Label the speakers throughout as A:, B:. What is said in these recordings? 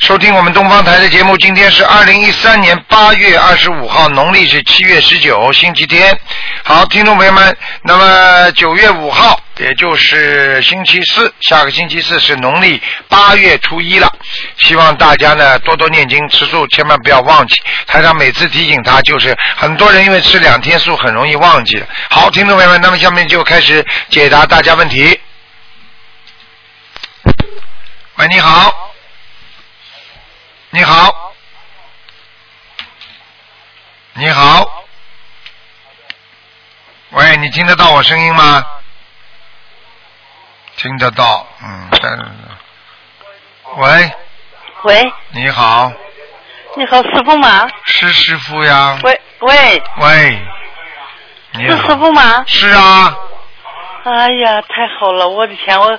A: 收听我们东方台的节目。今天是二零一三年八月二十五号，农历是七月十九，星期天。好，听众朋友们，那么九月五号，也就是星期四，下个星期四是农历八月初一了。希望大家呢多多念经吃素，千万不要忘记。台长每次提醒他，就是很多人因为吃两天素很容易忘记的。好，听众朋友们，那么下面就开始解答大家问题。喂，你好。你好。你好。喂，你听得到我声音吗？听得到，嗯，但是。喂，
B: 喂，
A: 你好，
B: 你好，师傅吗？
A: 是师傅呀？
B: 喂喂，
A: 喂，你
B: 是师
A: 好。
B: 傅吗？
A: 是啊，
B: 哎呀，太好了！我的天，我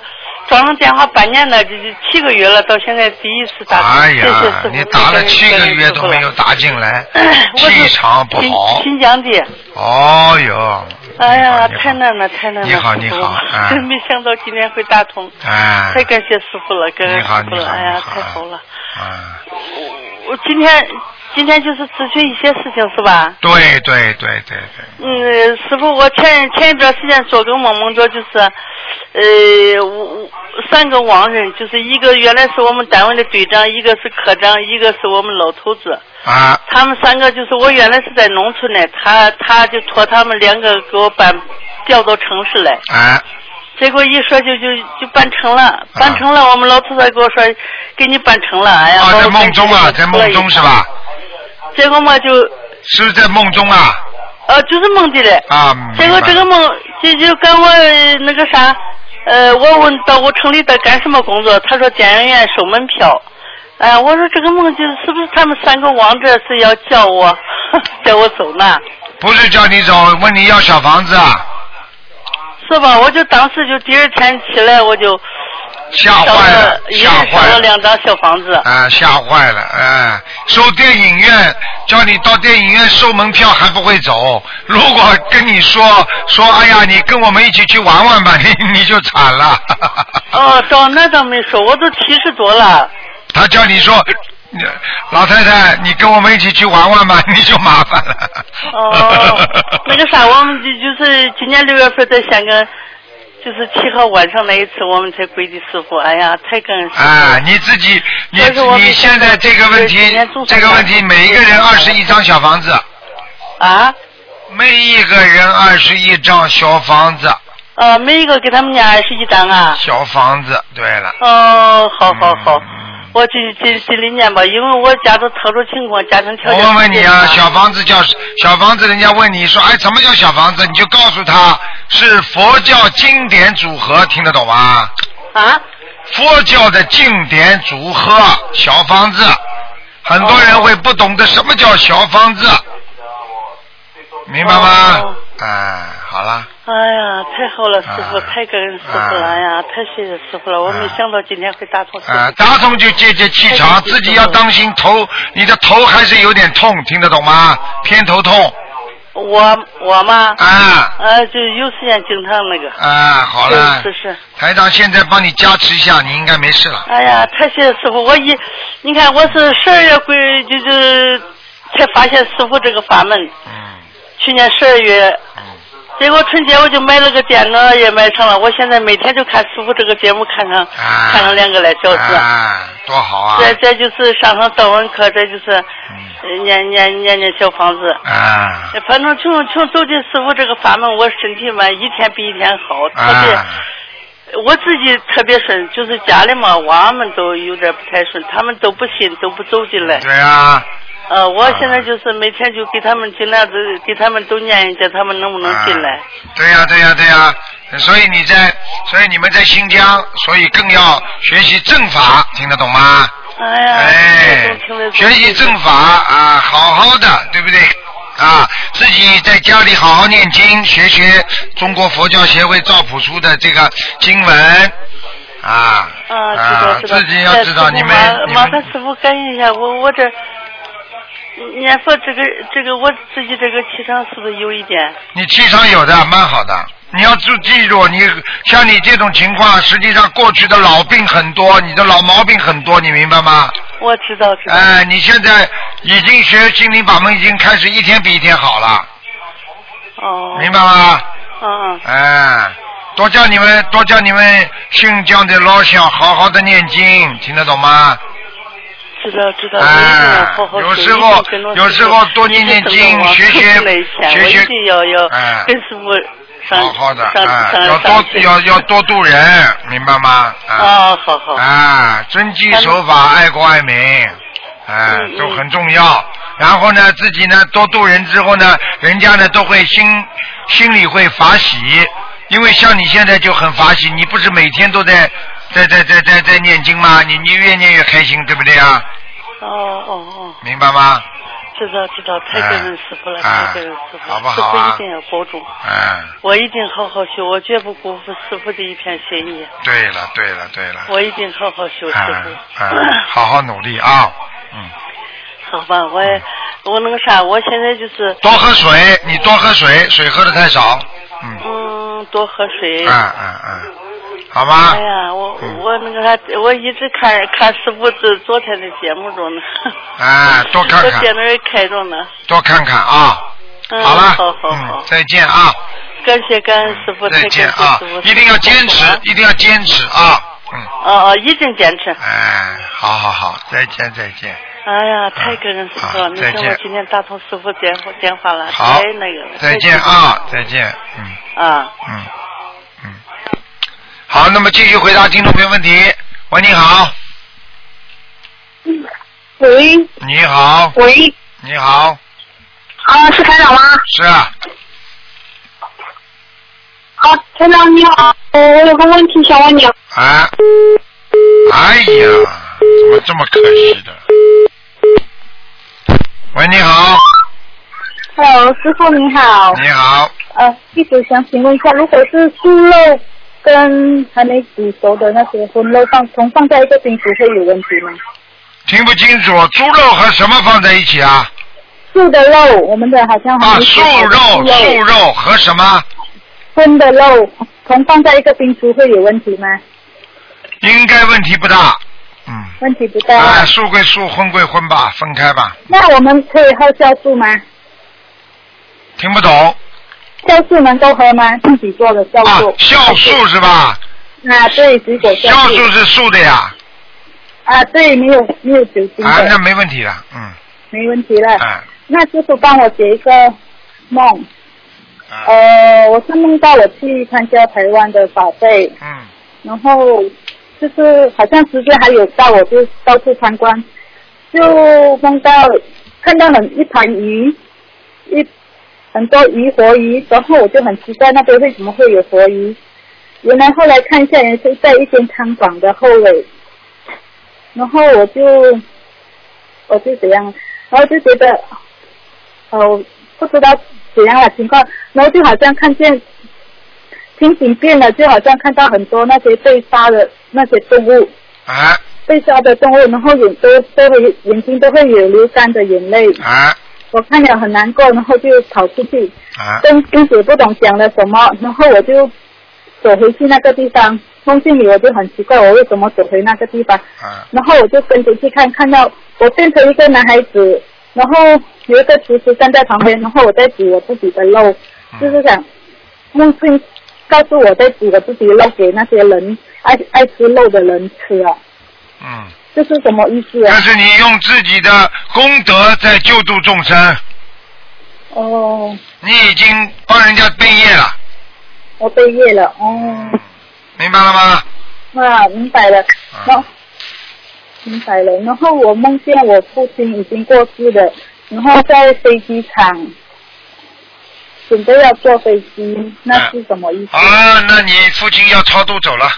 B: 找上电话半年了，这这七个月了，到现在第一次打通。
A: 哎
B: 谢谢师
A: 呀
B: 傅，
A: 你打了七个月都没。
B: 谢谢
A: 有
B: 师
A: 打进来
B: 傅， 我
A: 气
B: 是
A: 场不好
B: 新。新疆的，
A: 哦哟。
B: 哎呀，
A: 你好
B: 太。难了，太难了！
A: 你好
B: 师傅
A: 你好哎
B: 真没想到今天会打通，
A: 你好哎。
B: 太感谢师傅了，感恩
A: 你好
B: 师傅
A: 你
B: 了，
A: 好
B: 哎呀，
A: 你好
B: 太好了！
A: 啊，
B: 我我今天今天就是咨询一些事情是吧？
A: 对对对对对，
B: 嗯，师傅，我前前一段时间做个梦，梦着就是，呃，我我三个亡人，就是一个原来是我们单位的队长，一个是科长，一个是我们老头子。
A: 啊，
B: 他们三个就是我原来是在农村的，他他就托他们两个给我搬调到城市来，
A: 哎，
B: 结果一说就就就搬成了，搬成了。我们老头子还跟我说，给你搬成了，哎呀，
A: 啊，
B: 把我
A: 在梦中啊，
B: 赶紧
A: 在梦中是吧？
B: 结果嘛就，
A: 是不是在梦中啊？
B: 呃，就是梦见的。
A: 啊，
B: 结果
A: 明白
B: 这个梦就就跟我呃那个啥，呃，我问到我城里在干什么工作，他说检疫院收门票。哎、我说这个梦就是是不是他们三个王者是要叫我 叫我走呢？
A: 不是叫你走，问你要小房子啊，
B: 是吧？我就当时就第二天起来我就
A: 吓
B: 烧
A: 坏
B: 了
A: 了，，
B: 一
A: 吓
B: 人烧
A: 坏
B: 了
A: 了。
B: 两张小房子。
A: 啊，吓坏了！啊，收电影院，叫你到电影院收门票还不会走。如果跟你说说，哎呀，你跟我们一起去玩玩吧， 你你就惨了。
B: 哦，到那倒没说，我都七十多了。
A: 他叫你说，你老太太，你跟我们一起去玩玩吧， 你就麻烦了。
B: 哦，那个啥，我们就就是今年六月份在香港，就是七号晚上那一次，我们才跪的师傅。哎呀，太感恩师傅了。
A: 啊，你自己，你
B: 但是我每
A: 你
B: 天
A: 现在这个问
B: 就是
A: 题
B: 每天住，
A: 这个问题，
B: 宿舍
A: 每一个人二十一张小房子，
B: 啊，
A: 每一个人二十一张小房子，
B: 呃，每一个给他们家二十一张啊。
A: 小房子。对了，
B: 哦，好好好，
A: 嗯
B: 我尽尽尽力念吧，因为我家都特殊情况，家庭条
A: 我
B: 件。
A: 问问你啊，小。房子叫小房子，人家问你说，哎，什么叫小房子？你就告诉他是佛教经典组合，听得懂吗？
B: 啊，
A: 佛教的经典组合小房子，很多人会不懂得什么叫小房子，明白吗
B: 哦？
A: 哎，好了，
B: 哎呀，太好了，师傅，
A: 啊
B: 太感恩师傅了，
A: 啊
B: 哎呀，太谢谢师傅了，我没
A: 啊
B: 想到今天会打通师傅。
A: 啊，打通就借借气
B: 哎
A: 场，自己要当心头，你的头还是有点痛，听得懂吗？偏头痛，
B: 我我嘛，
A: 啊
B: 呃，就有时间经常那个。
A: 啊，好了
B: 是，是是。
A: 台长现在帮你加持一下，你应该没事了。
B: 哎呀，太谢谢师傅！我一，你看我是十二月归，就是才发现师傅这个法门。
A: 嗯
B: 去年十二月，
A: 嗯，
B: 结果春节我就买了个电脑，也买上了。我现在每天就看师傅这个节目，看上、
A: 啊，
B: 嗯看上两个来小时。
A: 啊，多好啊！
B: 再再就是上上德文课，再就是呃念念念念小房子。
A: 啊，
B: 反正从从走进师傅这个法门，我身体嘛一天比一天好，特别。
A: 啊
B: 我自己特别顺，就是家里嘛，娃们都有点不太顺，他们都不信，都不走进来。
A: 对啊，
B: 呃，我现在就是每天就给他们尽量都给他们都念一下，他们能不能进来
A: 啊？对呀、对呀、对呀、所以你在，所以你们在新疆，所以更要学习正法，听得懂吗？
B: 哎呀，
A: 哎
B: 听得懂听得，懂
A: 学习正法啊，好好的，对不对？啊，自己在家里好好念经，学学中国佛教协会赵朴初的这个经文啊
B: 啊，知道知道。
A: 自己要知道
B: 哎
A: 你
B: 师傅
A: 们
B: 麻
A: 你
B: 麻烦
A: 们
B: 师傅感应一下，我我这念佛这个这个我自己这个气场是不是有一点？
A: 你气场有的，蛮好的。你要记记住，你像你这种情况，实际上过去的老病很多，你的老毛病很多，你明白吗？
B: 我知道知道。
A: 哎、你现在已经学心灵法门，已经开始一天比一天好了，
B: 哦。
A: 明白吗？
B: 嗯嗯，
A: 哎、多叫你们多叫你们信教的老乡好好的念经，听得懂吗？
B: 知道知道。我一定要
A: 哎、
B: 好好
A: 有
B: 学
A: 时
B: 一
A: 候
B: 定跟着
A: 有时候多念念
B: 一直等
A: 经
B: 着，我
A: 学学
B: 出来以前
A: 学
B: 我
A: 学
B: 一定要 要
A: 哎
B: 跟师傅上
A: 好好的，
B: 上
A: 哎、
B: 上
A: 要
B: 上
A: 多
B: 学
A: 要要多度人，明白吗？啊、
B: 啊，好好。嗯
A: 啊，遵纪守法，爱国爱民，啊
B: 嗯，嗯
A: 都很重要。然后呢，自己呢多度人之后呢，人家呢都会心心里会法喜，因为像你现在就很法喜，你不是每天都在在在在在在念经吗？你你越念越开心，对不对啊？
B: 哦哦哦，
A: 明白吗？
B: 知道知道，太感恩师傅了，
A: 哎
B: 太感恩师傅了，
A: 好不好啊
B: 师傅一定要保重，
A: 嗯，
B: 我一定好好修，我绝不辜负师傅的一片心意，
A: 对了对了对了，
B: 我一定好好修师
A: 啊
B: 傅。
A: 啊，好好努力啊，嗯，
B: 好吧，我也我那个啥，我现在就是
A: 多喝水，你多喝水，水喝的太少，嗯。
B: 嗯，多喝水。
A: 嗯嗯嗯，好吧
B: 哎。呀，我
A: 嗯
B: 我那个啥，我一直看看师傅这昨天的节目中呢，
A: 哎，多看
B: 我
A: 看，
B: 电脑也开着呢。
A: 多看看啊。
B: 嗯，
A: 好了，
B: 好好
A: 嗯
B: 好，，
A: 再见啊，
B: 感谢感恩师傅，
A: 再
B: 太
A: 见
B: 感谢
A: 啊
B: 师傅，，
A: 一定要坚
B: 辛苦
A: 持
B: 了，
A: 一定要坚持啊，嗯，
B: 哦哦，一定坚持。
A: 哎，好好好，再见再见，
B: 哎呀，太感恩师傅
A: 啊
B: 了！你
A: 再
B: 看
A: 见
B: 我今天打通师傅电话电话了，
A: 好
B: 太哎那个了。，
A: 再见啊，再见，嗯
B: 太！啊，
A: 嗯嗯，好，那么继续回答听众朋友问题。喂，你好，
C: 喂
A: 你好，
C: 喂，
A: 你好，
C: 啊，是台长吗？
A: 是啊，
C: 啊，台长你好，我
D: 呃
C: 有个问题想问你。
A: 啊，哎呀，怎么这么可惜的？喂，你好，
C: 哦，师傅你好，
A: 你好，
C: 呃，弟子想请问一下，如果是素肉跟还没煮熟的那些荤肉放同放在一个冰橱会有问题吗？
A: 听不清楚，猪肉和什么放在一起啊？
C: 素的肉，我们的好像还
A: 啊，
C: 没
A: 素
C: 煮熟
A: 肉，
C: 素
A: 素肉和什么？
C: 荤的肉同放在一个冰橱会有问题吗？
A: 应该问题不大，嗯，
C: 问题不大。
A: 啊，素归素，荤归荤吧，分开吧，
C: 那我们可以喝酵素吗？
A: 听不懂
C: 酵素能够喝吗？自己做的酵
A: 啊
C: 素。？
A: 酵素是吧？
C: 啊，对，水果
A: 酵素是素的呀，
C: 啊，对，没有没有酒精的，
A: 啊，那没问题了，嗯，
C: 没问题了。
A: 啊，
C: 那师傅帮我解一个梦，
A: 啊，
C: 呃，我是梦到我去参加台湾的法会，
A: 嗯，
C: 然后就是好像时间还有到，我就到处参观，就梦到看到很一盘鱼，一很多鱼活鱼，然后我就很奇怪那边为什么会有活鱼，原来后来看一下，原来是在一间餐馆的后尾，然后我就我就怎样，然后就觉得哦不知道怎样的情况，然后就好像看见情景变了，就好像看到很多那些被杀的那些动物，
A: 啊
C: 被杀的动物，然后眼都都会眼睛都会有流干的眼泪，
A: 啊
C: 我看了很难过，然后就跑出去，
A: 啊
C: 跟跟姐不懂讲了什么，然后我就走回去那个地方，梦境里我就很奇怪，我为什么走回那个地方，
A: 啊
C: 然后我就跟着去看，看到我变成一个男孩子，然后有一个厨师站在旁边，然后我在煮我自己的肉，
A: 嗯
C: 就是想梦境告诉我在煮我自己的肉给那些人爱爱吃肉的人吃啊，
A: 嗯。
C: 这是什么意思啊
A: 但？是你用自己的功德在救度众生，
C: 哦，
A: 你已经帮人家背业了，
C: 我被业了，哦，
A: 明白了吗？
C: 那明白了，那、
A: 嗯
C: 明白了。然后我梦见我父亲已经过世了，然后在飞机场。准备要坐飞机，那是什么意思？
A: 啊，那你父亲要超度走了，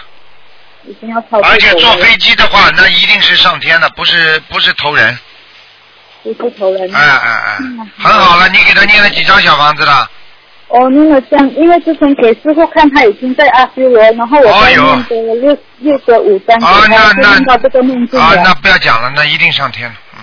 C: 已经要超过
A: 而且
C: 九
A: 坐
C: 了
A: 飞机的话，那一定是上天的，不是不是投人。
C: 不是头人。
A: 哎哎哎
C: 嗯，
A: 很好了，你给他念了几张小房子了？啊
C: 哦，那个像，因为之前给师傅看他已经在阿修罗，然后我
A: 哎
C: 在
A: 呦
C: 念的六六十五章给
A: 啊，那
C: 他，就
A: 那
C: 念到这个梦境
A: 啊，那
C: 了。
A: 不要讲了，那一定上天了。嗯，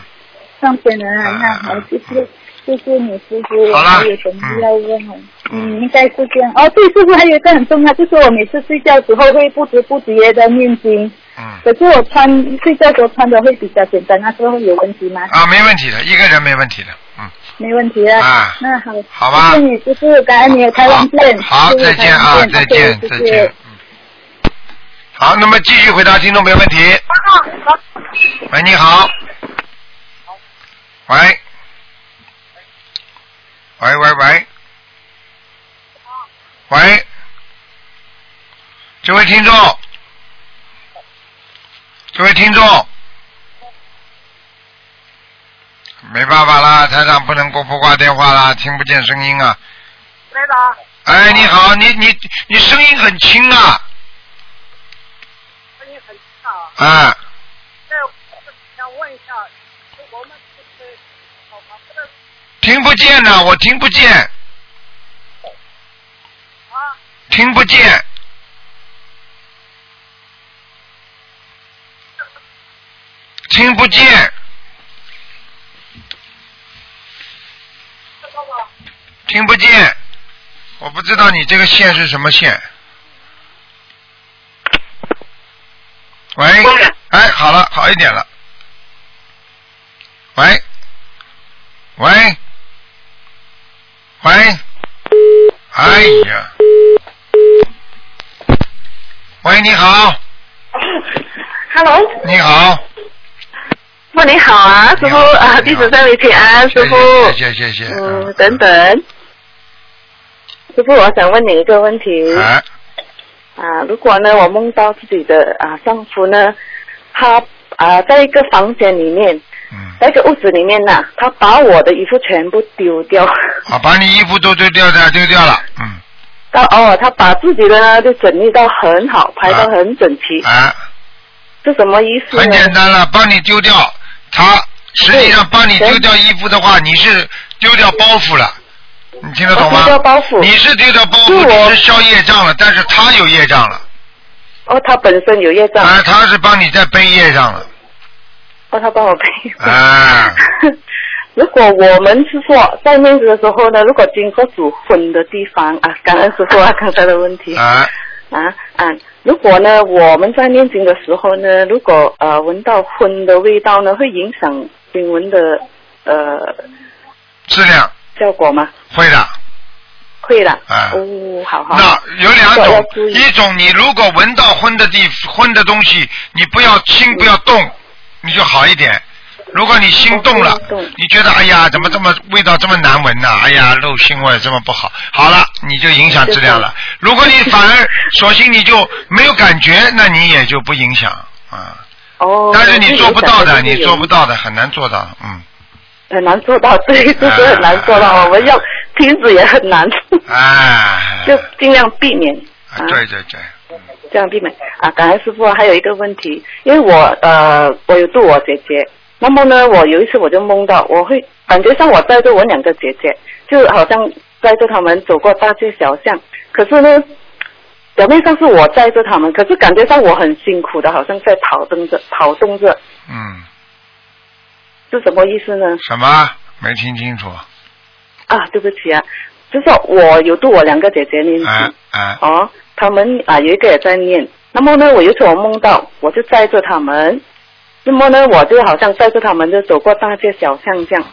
C: 上天人啊，
A: 嗯
C: 那好
A: 嗯，
C: 谢谢。谢谢你师傅，我
A: 好了
C: 还有什么要问我？
A: 嗯
C: 嗯，应该是这样。哦，对，师傅还有一个很重要，就是我每次睡觉之后会不知不觉的念经，
A: 嗯
C: 可是我穿睡觉时候穿的会比较简单，那时候会有问题吗？
A: 啊，没问题的，一个人没问题的，嗯，
C: 没问题啊。
A: 啊
C: 那好。
A: 好吧
C: 谢谢你，师傅，感恩你开完店。
A: 好，好
C: 谢谢
A: 再见啊
C: 开，完
A: 再
C: 店
A: 见，
C: OK，
A: 再
C: 谢谢
A: 见。嗯，好，那么继续回答听众朋友问题。喂，你好。喂。喂喂喂。喂。这位听众。这位听众。没办法啦，台长不能够不挂电话啦，听不见声音啊。
E: 台长，
A: 哎，你好，你你你声音很轻啊，
E: 声音很大。
A: 啊，
E: 这想问一下，我们这个好吧，这个
A: 听不见呐，我听不见，
E: 啊，
A: 听不见，听不见，
E: 这个吧，
A: 听不见，我不知道你这个线是什么线。喂，哎，好了，好一点了。喂，喂，喂，哎呀，喂，你好，
F: Hello，
A: 你好，
F: 师傅你好啊，师傅
A: 你好
F: 啊，
A: 你
F: 弟
A: 好
F: 子在你请安，师傅。
A: 谢谢谢谢谢谢，
F: 嗯，等等，师傅，我想问你一个问题啊
A: 哎，
F: 如果呢，我梦到自己的啊丈夫呢，他啊在一个房间里面，
A: 嗯，
F: 在一个屋子里面呐、他把我的衣服全部丢掉，
A: 啊，把你衣服都丢掉的丢掉了，嗯，
F: 到哦，他把自己的呢就整理到很好，排
A: 啊
F: 到很整齐，
A: 哎。
F: 是什么意思呢？
A: 很简单了，帮你丢掉它。实际上，帮你丢掉衣服的话，你是丢掉包袱了，你听得懂吗？
F: 我丢掉包袱
A: 你是丢掉包
F: 是
A: 袱，
F: 我
A: 你是消业障了，但是他有业障了，
F: 哦，他本身有业障，
A: 哎，他是帮你在背业障了，
F: 哦，他帮我背。
A: 哎，
F: 如果我们是说在面子的时候呢，如果经过主婚的地方啊，感恩师傅啊，刚才的问题啊
A: 哎，
F: 啊，如果呢我们在念经的时候呢，如果呃闻到荤的味道呢，会影响经文的呃
A: 质量
F: 效果吗？
A: 会的。
F: 会啦。
A: 啊
F: 哦，好好。
A: 那有两
F: 我要
A: 种
F: 注，意
A: 一种你如果闻到荤的地荤的东西，你不要
F: 嗯
A: 心不要动，你就好一点。如果你心动了
F: 我心动，
A: 你觉得哎呀，怎么这么味道这么难闻呐、哎呀，肉腥味这么不好，好了，你就影响质量了。如果你反而 索性你就没有感觉，那你也就不影响啊。
F: 哦。
A: 但是你做不到的，
F: 这个有
A: 你做不到的，很难做到，嗯。
F: 很难做到，对，就是很难做到。
A: 啊
F: 我们要停止也很难，
A: 哎，
F: 就尽量避免。
A: 啊对对对，
F: 这样避免啊。感恩师傅，还有一个问题，因为我呃，我有度我姐姐，那么呢，我有一次我就梦到，我会感觉上我带着我两个姐姐，就好像带着她们走过大街小巷，可是呢。表面上是我带着她们，可是感觉上我很辛苦的，好像在跑动着，跑动着，
A: 嗯，
F: 是什么意思呢？
A: 什么没听清楚？
F: 啊，对不起啊，就是说我有度我两个姐姐念经，
A: 哎哎
F: 哦，他们啊有一个也在念。那么呢，我有一次我梦到，我就载着他们，那么呢，我就好像载着他们就走过大街小巷这样。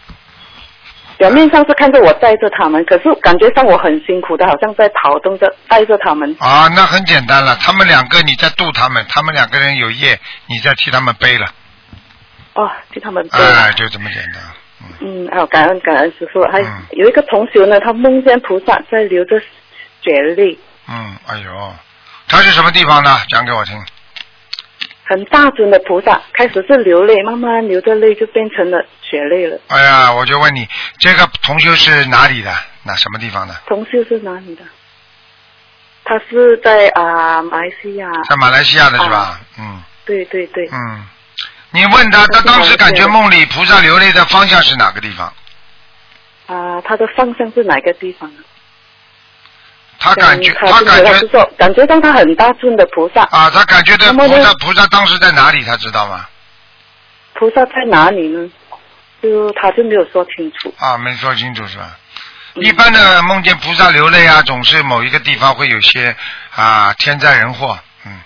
F: 表面上是看着我载着他们，可是感觉上我很辛苦的，好像在跑动着带着他们。
A: 啊，那很简单了，他们两个你在渡他们，他们两个人有业，你在替他们背了，
F: 哦，替他们背。
A: 哎、就这么简单。嗯，
F: 嗯，好，感恩感恩师傅。还
A: 嗯
F: 有一个同学呢，他梦见菩萨在流着血泪，
A: 嗯，哎呦，他是什么地方的？讲给我听。
F: 很大尊的菩萨，开始是流泪，慢慢流着泪就变成了血泪了。
A: 哎呀，我就问你，这个同修是哪里的？哪什么地方的？
F: 同事是哪里的？他是在啊、马来西亚。啊
A: 在马来西亚的是吧？嗯
F: 对对对，
A: 嗯，你问他，他当时感觉梦里菩萨流泪的方向是哪个地方？
F: 啊、他的方向是哪个地方啊？呃
A: 他感觉，
F: 嗯他
A: 他感
F: 他
A: 觉
F: 是说，感觉到他很大尊的菩萨，
A: 啊，他感觉的
F: 那么
A: 菩
F: 呢
A: 萨，菩萨当时在哪里？他知道吗？
F: 菩萨在哪里呢？就他就没有说清楚。
A: 啊，没说清楚是吧？
F: 嗯
A: 一般的梦见菩萨流泪啊，总是某一个地方会有些啊天灾人祸，嗯，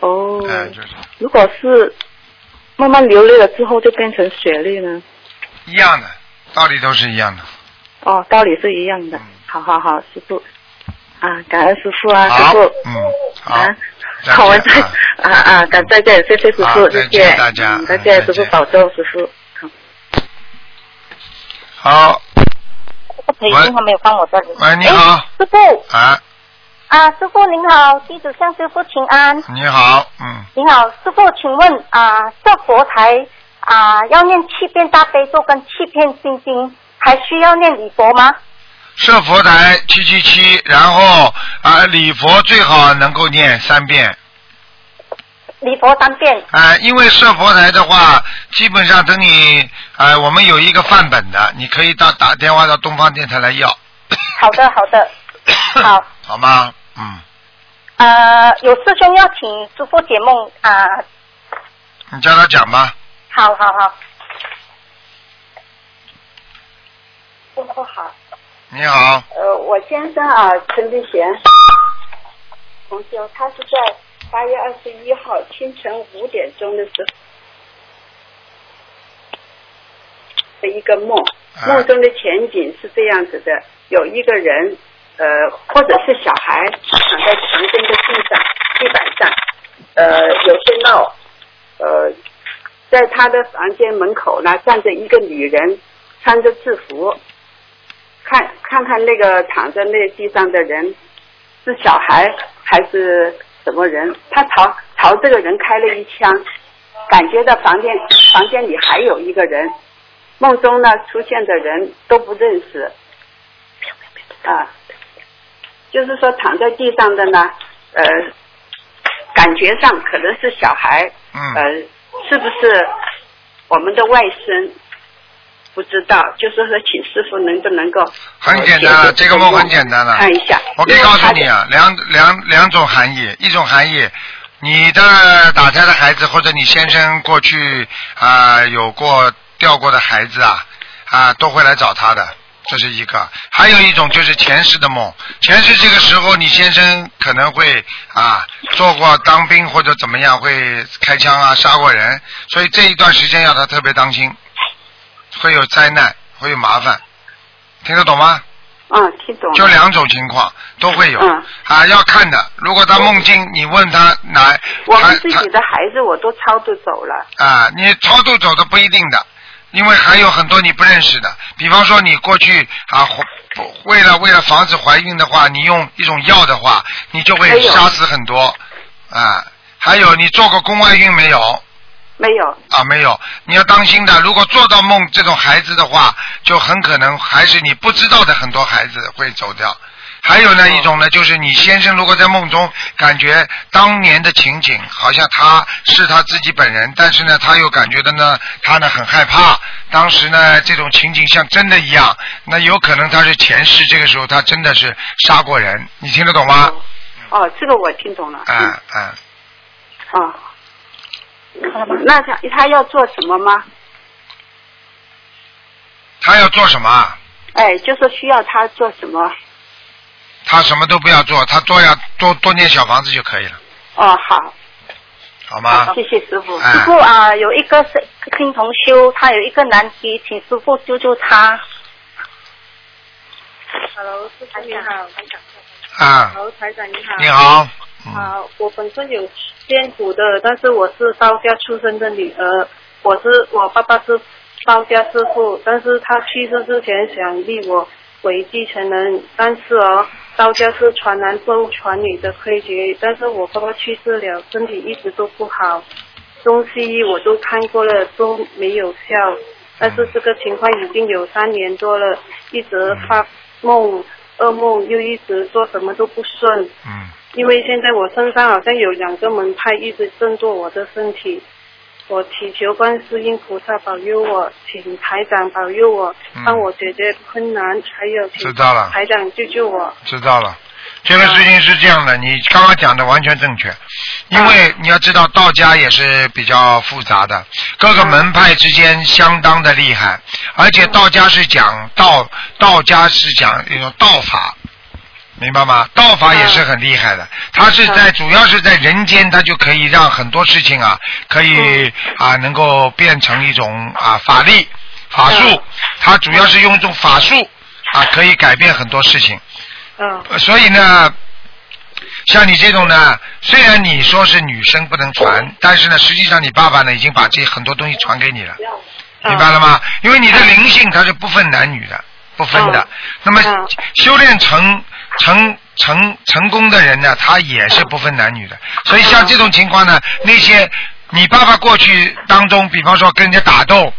F: 哦，
A: 哎、就是
F: 如果是慢慢流泪了之后就变成血泪呢？
A: 一样的，道理都是一样的。
F: 哦，道理是一样的
A: 嗯。
F: 好好好，师傅啊，感恩师傅啊，师
A: 好
F: 傅，
A: 嗯，好
F: 啊，，
A: 再
F: 好，我再
A: 见啊。
F: 啊啊，感再见，谢谢师
A: 好
F: 傅，
A: 再
F: 谢
A: 见
F: 谢
A: 大家
F: 嗯再
A: 嗯
F: 见，
A: 再
F: 师傅
A: 见
F: 保重，师傅。好
A: 好，
D: 这个培训还没有放我这里。哎
A: 喂，你好，
D: 师傅
A: 啊，
D: 啊，师傅您好，弟子向师傅请安。
A: 你好，嗯，
D: 您好，师傅，请问啊，这佛台啊要念七遍大悲咒跟七遍心经，还需要念礼佛吗？
A: 设佛台七七七，然后啊，礼佛最好能够念三遍。
D: 礼佛三遍。
A: 啊、因为设佛台的话，基本上等你，呃，我们有一个范本的，你可以到打电话到东方电台来要，
D: 好的，好 的。好，
A: 好吗？嗯，
D: 呃，有师兄要请师傅解梦啊，
A: 你叫他讲吧。
D: 好好好。师傅好，
A: 你好，
G: 呃，我先生啊，陈立贤同修，他是在八月二十一号清晨五点钟的时候的一个梦，
A: 啊
G: 梦中的前景是这样子的：有一个人，呃，或者是小孩躺在床边的地上、地板上，呃，有些闹，呃，在他的房间门口呢站着一个女人，穿着制服，看看看那个躺在那地上的人是小孩还是什么人？他朝朝这个人开了一枪，感觉到房间房间里还有一个人。梦中呢出现的人都不认识，啊，就是说躺在地上的呢，呃，感觉上可能是小孩，呃
A: 嗯，，
G: 是不是我们的外甥？不知道，就是说，请师傅能不能够
A: 很简单了，
G: 呃解
A: 这
G: 决
A: 个梦很简单了。
G: 看一下，
A: 我可以
G: 因为
A: 告诉
G: 他
A: 你啊，两两两种含义，一种含义，你的打胎的孩子或者你先生过去啊、有过掉过的孩子啊啊、都会来找他的，这是一个；还有一种就是前世的梦，前世这个时候你先生可能会啊做过当兵或者怎么样，会开枪啊杀过人，所以这一段时间要他特别当心，会有灾难，会有麻烦，听得懂吗？
G: 嗯，听懂了。
A: 就两种情况都会有、
G: 嗯
A: 啊，要看的。如果他梦境，你问他哪，
G: 我
A: 他
G: 们自己的孩子我都超度走了。
A: 他啊，你超度走的不一定的，因为还有很多你不认识的。比方说你过去啊，怀为了为了防止怀孕的话，你用一种药的话，你就
G: 还
A: 会
G: 有
A: 杀死很多啊。还有你做过宫外孕没有？
G: 没有，
A: 啊，没有，你要当心的。如果做到梦这种孩子的话，就很可能还是你不知道的很多孩子会走掉。还有
G: 哦
A: 呢一种呢，就是你先生如果在梦中感觉当年的情景，好像他是他自己本人，但是呢，他又感觉到呢，他呢很害怕。当时呢，这种情景像真的一样，那有可能他是前世，这个时候他真的是杀过人。你听得懂吗？
G: 哦，这个我听懂了。
A: 嗯嗯，
G: 嗯。哦。那他他要做什么吗？
A: 他要做什么啊？
G: 哎，就说需要他做什么？
A: 他什么都不要做，他多要多多念小房子就可以了。
G: 哦，好，
A: 好吗？
G: 谢谢师傅。
A: 哎
D: 师傅啊，有一个是新同修，他有一个难题，请师傅救救他。
E: Hello，师傅你好，
A: 啊，
E: 好，台长你好。
A: 你好，嗯，
E: 啊，我本身有艰苦的，但是我是道家出生的女儿，我是我爸爸是道家师傅，但是他去世之前想立我为继承人，但是哦，道家是传男不传女的规矩，但是我爸爸去世了，身体一直都不好，中西医我都看过了，都没有效。但是这个情况已经有三年多了，一直发梦、噩梦，又一直做什么都不顺。
A: 嗯，
E: 因为现在我身上好像有两个门派一直争夺我的身体，我祈求观世音菩萨保佑我，请台长保佑我
A: 嗯，
E: 帮我解决困难，还有请
A: 知道了
E: 台长救救我。
A: 知道了。这
G: 嗯
A: 个事情是这样的，你刚刚讲的完全正确，因为你要知道道家也是比较复杂的，各个门派之间相当的厉害，而且道家是讲道，道家是讲一种道法，明白吗？道法也是很厉害的，他是在主要是在人间，他就可以让很多事情啊，可以啊能够变成一种啊法力法术，他主要是用一种法术啊可以改变很多事情。
E: 嗯
A: 呃所以呢，像你这种呢，虽然你说是女生不能传，但是呢，实际上你爸爸呢已经把这很多东西传给你了，
E: 嗯
A: 明白了吗？因为你的灵性它是不分男女的，不分的
E: 嗯。
A: 那么
E: 嗯
A: 修炼成成成成功的人呢，他也是不分男女的。所以像这种情况呢，那些你爸爸过去当中，比方说跟人家打斗，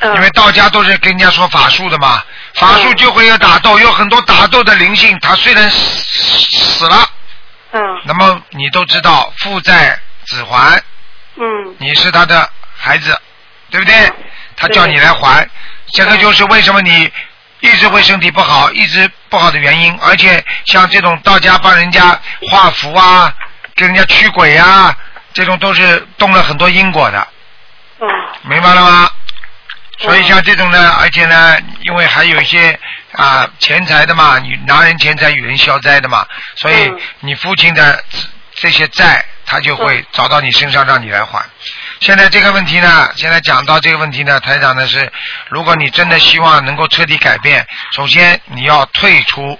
A: 因为
E: 嗯
A: 道家都是跟人家说法术的嘛，法术就会有打斗，有很多打斗的灵性，他虽然死死了，
E: 嗯
A: 那么你都知道父债子还，
E: 嗯
A: 你是他的孩子，对不对？他叫你
E: 对
A: 来还，这个就是为什么你一直会身体不好，一直不好的原因。而且像这种道家帮人家画符啊，跟人家驱鬼啊，这种都是动了很多因果的。
E: 嗯
A: 明白了吗？所以像这种呢，而且呢，因为还有一些啊、钱财的嘛，你拿人钱财与人消灾的嘛，所以
E: 嗯
A: 你父亲的这这些债，他就会找到你身上让你来还。现在这个问题呢，现在讲到这个问题呢，台长呢是，如果你真的希望能够彻底改变，首先你要退出，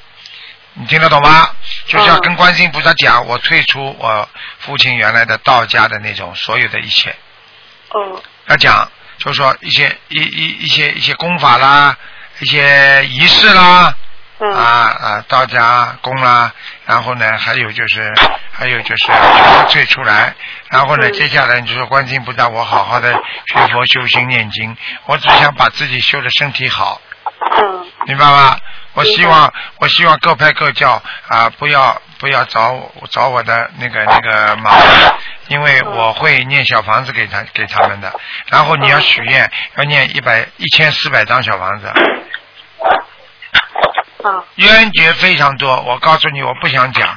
A: 你听得懂吗？就是要
E: 嗯
A: 跟观世音菩萨讲，我退出我父亲原来的道家的那种所有的一切。
E: 哦
A: 要讲，就是说一些一一一些一些功法啦，一些仪式啦，
E: 嗯
A: 啊啊，道家功啦，然后呢，还有就是还有就是全部退出来，然后呢，
E: 嗯
A: 接下来你就说观世音菩萨，我好好的学佛修心念经，我只想把自己修的身体好，
E: 嗯
A: 明白吗？我希望，我希望各派各教啊，不要不要找我找我的那个那个麻烦，因为我会念小房子给他给他们的。然后你要许愿，要念一百一千四百张小房子，
E: 啊
A: 冤结非常多。我告诉你，我不想讲，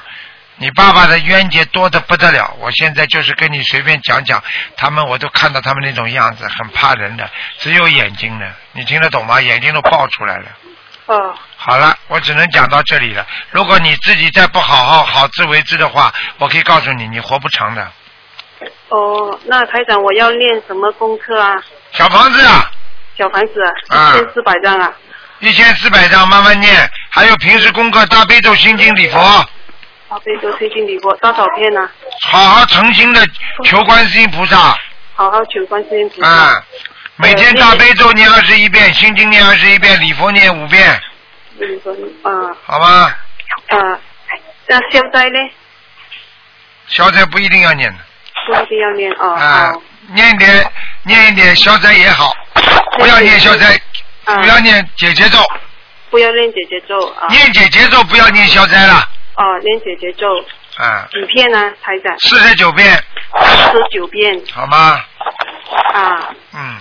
A: 你爸爸的冤结多的不得了。我现在就是跟你随便讲讲，他们我都看到他们那种样子，很怕人的，只有眼睛的，你听得懂吗？眼睛都爆出来了。
E: 啊
A: 好了，我只能讲到这里了。如果你自己再不好好好自为之的话，我可以告诉你，你活不长的。
E: 哦，那台长我要练什么功课啊？
A: 小房子啊，
E: 小房子
A: 啊
E: 啊，一千四百张啊。
A: 一千四百张，慢慢念。还有平时功课，大悲咒、心经、礼佛，
E: 好，最多推进礼佛多少片啊？
A: 好好诚心的求观世音菩萨啊、
E: 好好求观世音菩萨。
A: 嗯每天大悲咒念二十一遍，心经念二十一遍，礼佛念五遍，
E: 嗯啊
A: 好吧？
E: 啊，那消灾呢？
A: 消灾不一定要念的
E: 不一定要念哦。
A: 啊、
E: 好
A: 念一点，念一点消灾也好，不要念消灾，
E: 啊
A: 不要念解结咒。
E: 不要念姐姐咒啊。
A: 念姐姐咒不要念消灾了，
E: 哦，念姐姐咒
A: 啊，
E: 几片呢、台长？
A: 四十九遍，
E: 十九遍
A: 好吗？
E: 啊。
A: 嗯，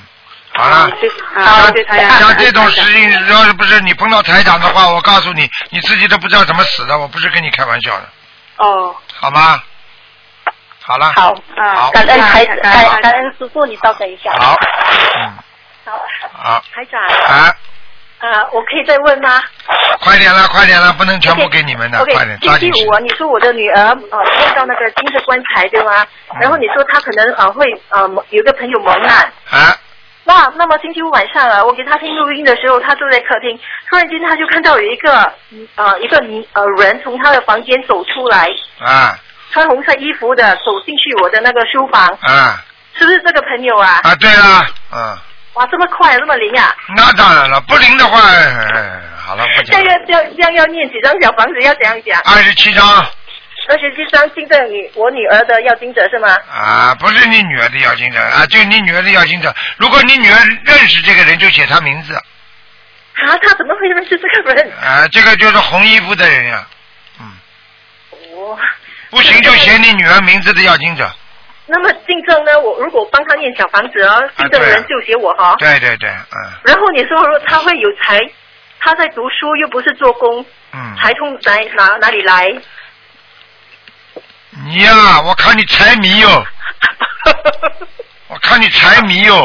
A: 好了。
E: 谢谢啊，
A: 像
E: 谢谢台长。
A: 像这种事
E: 台长
A: 情，要是不是你碰到台长的话，我告诉你，你自己都不知道怎么死的，我不是跟你开玩笑的，
E: 哦，
A: 好吗？好啊了，
D: 好，
A: 好，
D: 感恩台
E: 好
D: 感感恩师傅，你稍等一下。
A: 好，嗯，
D: 好，
A: 好，
D: 台长，
A: 啊，
D: 啊，我可以再问吗？
A: 快点了，快点了，不能全部给你们的，
D: OK，
A: 快点，抓
D: 星
A: 紧时
D: 期
A: 间
D: 五啊，你说我的女儿呃梦到那个金色棺材对吗？
A: 嗯
D: 然后你说她可能呃会呃蒙有一个朋友蒙难。
A: 啊，
D: 那那么星期五晚上啊，我给她听录音的时候，她坐在客厅，突然间她就看到有一个呃一个女呃人从她的房间走出来，
A: 啊，
D: 穿红色衣服的走进去我的那个书房，
A: 啊，
D: 是不是这个朋友啊？
A: 啊，对了，嗯，
D: 哇，这么快、啊，这么灵啊！
A: 那当然了，不灵的话，哎好了，不
D: 这样
A: 讲了，
D: 要这样这样要念几张小房子，要怎样讲？
A: 二十七章。
D: 二十七张金正女我女儿的要金者是吗？
A: 啊，不是你女儿的要经者啊，就你女儿的要经者。如果你女儿认识这个人，就写她名字
D: 啊，她怎么会认识这个人？
A: 啊，这个就是红衣服的人呀、嗯，
D: 哦，
A: 不行就写你女儿名字的要经者。
D: 那么进正呢？我如果帮他念小房子哦，进正人就写我哈、
A: 啊对对对，嗯
D: 然后你说如果他会有才，他在读书又不是做工，
A: 嗯，
D: 财从哪哪哪里来？
A: 你呀、我看你财迷哟、我看你财迷哟、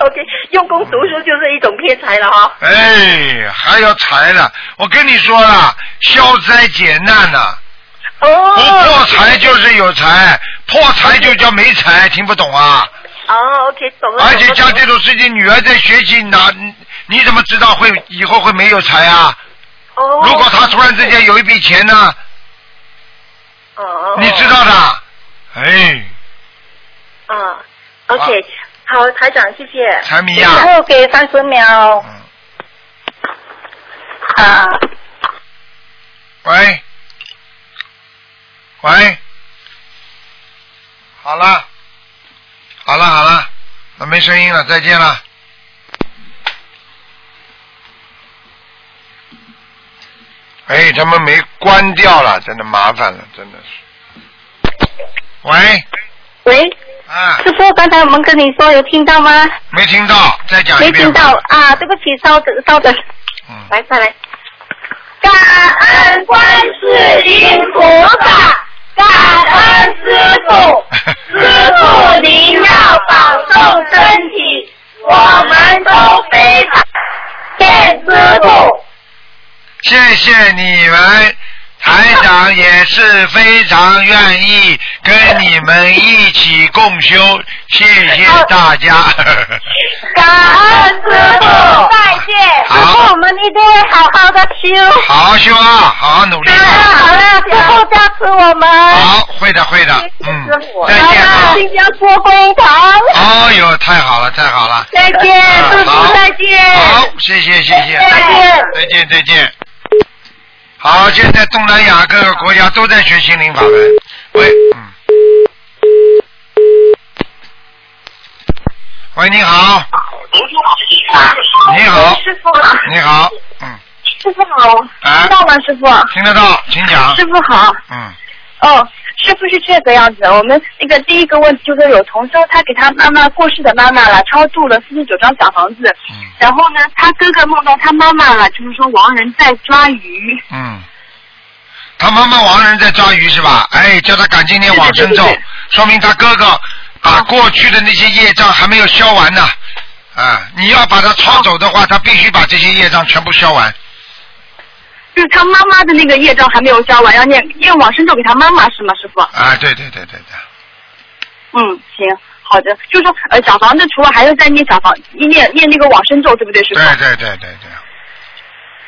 H: OK，用功读书就是一种偏财了哈。
A: 哎，还要财了，我跟你说了，消灾解难呐、
H: 哦。
A: 不破财就是有财，破财就叫没财，听不懂啊？
H: 哦，OK，懂了。
A: 而且
H: 懂
A: 像
H: 了
A: 这种事情，女儿在学习，哪你怎么知道会以后会没有财啊？
H: 哦。
A: 如果她突然之间有一笔钱呢，
H: 哦哦。
A: 你知道的。哎，
H: 嗯，OK，好，台长，谢谢。
A: 财迷呀、
D: 然后给三十秒
A: 嗯，
D: 啊，
A: 喂，喂，好了，好了，好了，那没声音了，再见了。哎，他们没关掉了，真的麻烦了，真的是。喂，
D: 喂，
A: 啊，
D: 师傅，刚才我们跟你说有听到吗？
A: 没听到，再讲一
D: 没
A: 遍。
D: 听到。啊，对不起，稍等，稍等。
A: 嗯，
H: 来，再来。
D: 感恩观世音菩萨，感恩师傅。师傅您要保重身体，我们都非常谢师傅。
A: 谢谢你们，台长也是非常愿意跟你们一起共修，谢谢大家。
D: 感恩啊师傅，再见。
A: 好
D: 师傅，我们一定会好好的修。
A: 好好修啊，好好努力。
D: 好了，师傅加持我们。
A: 好，会的会的，嗯，再
D: 好
A: 见啊
D: 了，！新加坡公堂。
A: 哦哟，太好了太好了，
D: 再见，
I: 啊
D: 师
A: 好
D: 傅再见。
A: 好，谢谢谢谢，
D: 再见。
A: 再见再见。好，现在东南亚各个国家都在学心灵法门。喂，嗯。喂，你好。你好，
H: 师傅好，
A: 你好，嗯，
H: 师傅好，
A: 啊
H: 听到吗？师傅，
A: 听得到，请讲
H: 师，傅好。
A: 嗯，
H: 哦，师傅是这个样子。我们那个第一个问题就是有同修，他给他妈妈过世的妈妈了，超度了四十九张小房子。
A: 嗯，
H: 然后呢，他哥哥梦到他妈妈了，就是说亡人在抓鱼。
A: 嗯，他妈妈亡人在抓鱼是吧？哎，叫他赶紧念往生咒
H: 对对对对，
A: 说明他哥哥把过去的那些业障还没有消完呢。啊，你要把他抄走的话，他必须把这些业障全部消完。
H: 就是他妈妈的那个业障还没有消完，要念念往生咒给他妈妈是吗，师傅？
A: 啊，对对对对对，
H: 嗯，行，好的。就是说，呃，小房子除了还要再念小房，念念那个往生咒，对不对，师傅？
A: 对对对对对，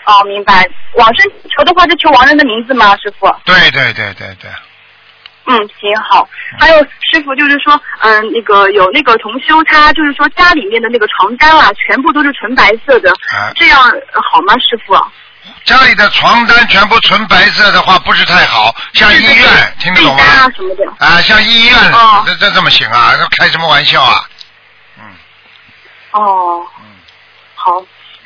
H: 哦，明白。往生求的话，就求亡人的名字吗，师傅？
A: 对对对对对，啊
H: 嗯，行好。还有师傅就是说，嗯、那个有那个同修，他就是说家里面的那个床单啊，全部都是纯白色的，
A: 啊，
H: 这样呃好吗，师傅？
A: 家里的床单全部纯白色的话，不是太好，像医院，听得
H: 被
A: 懂吗？
H: 单啊什么的。
A: 啊，像医院，
H: 哦
A: 这这怎么行啊？这开什么玩笑啊？嗯
H: 哦，
A: 嗯，
H: 好。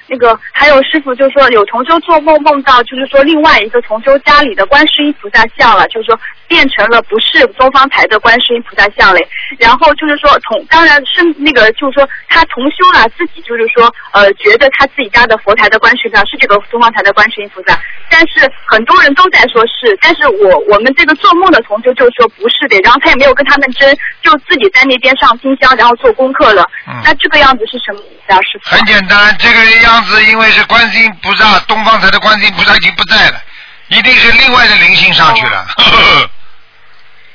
H: 那个还有师傅就说有同修做梦梦到就是说另外一个同修家里的观世音菩萨像了，就是说变成了不是东方台的观世音菩萨像嘞。然后就是说同当然是那个就是说他同修啊自己就是说呃觉得他自己家的佛台的观世音菩萨是这个东方台的观世音菩萨，但是很多人都在说是，但是我我们这个做梦的同修就说不是的，然后他也没有跟他们争，就自己在那边上新香，然后做功课了。
A: 嗯
H: 那这个样子是什么意思啊，师傅？
A: 很简单，这个样子因为是观世音菩萨，东方台的观世音菩萨已经不在了，一定是另外的灵性上去
J: 哦
A: 了。
D: 哦
A: 呵呵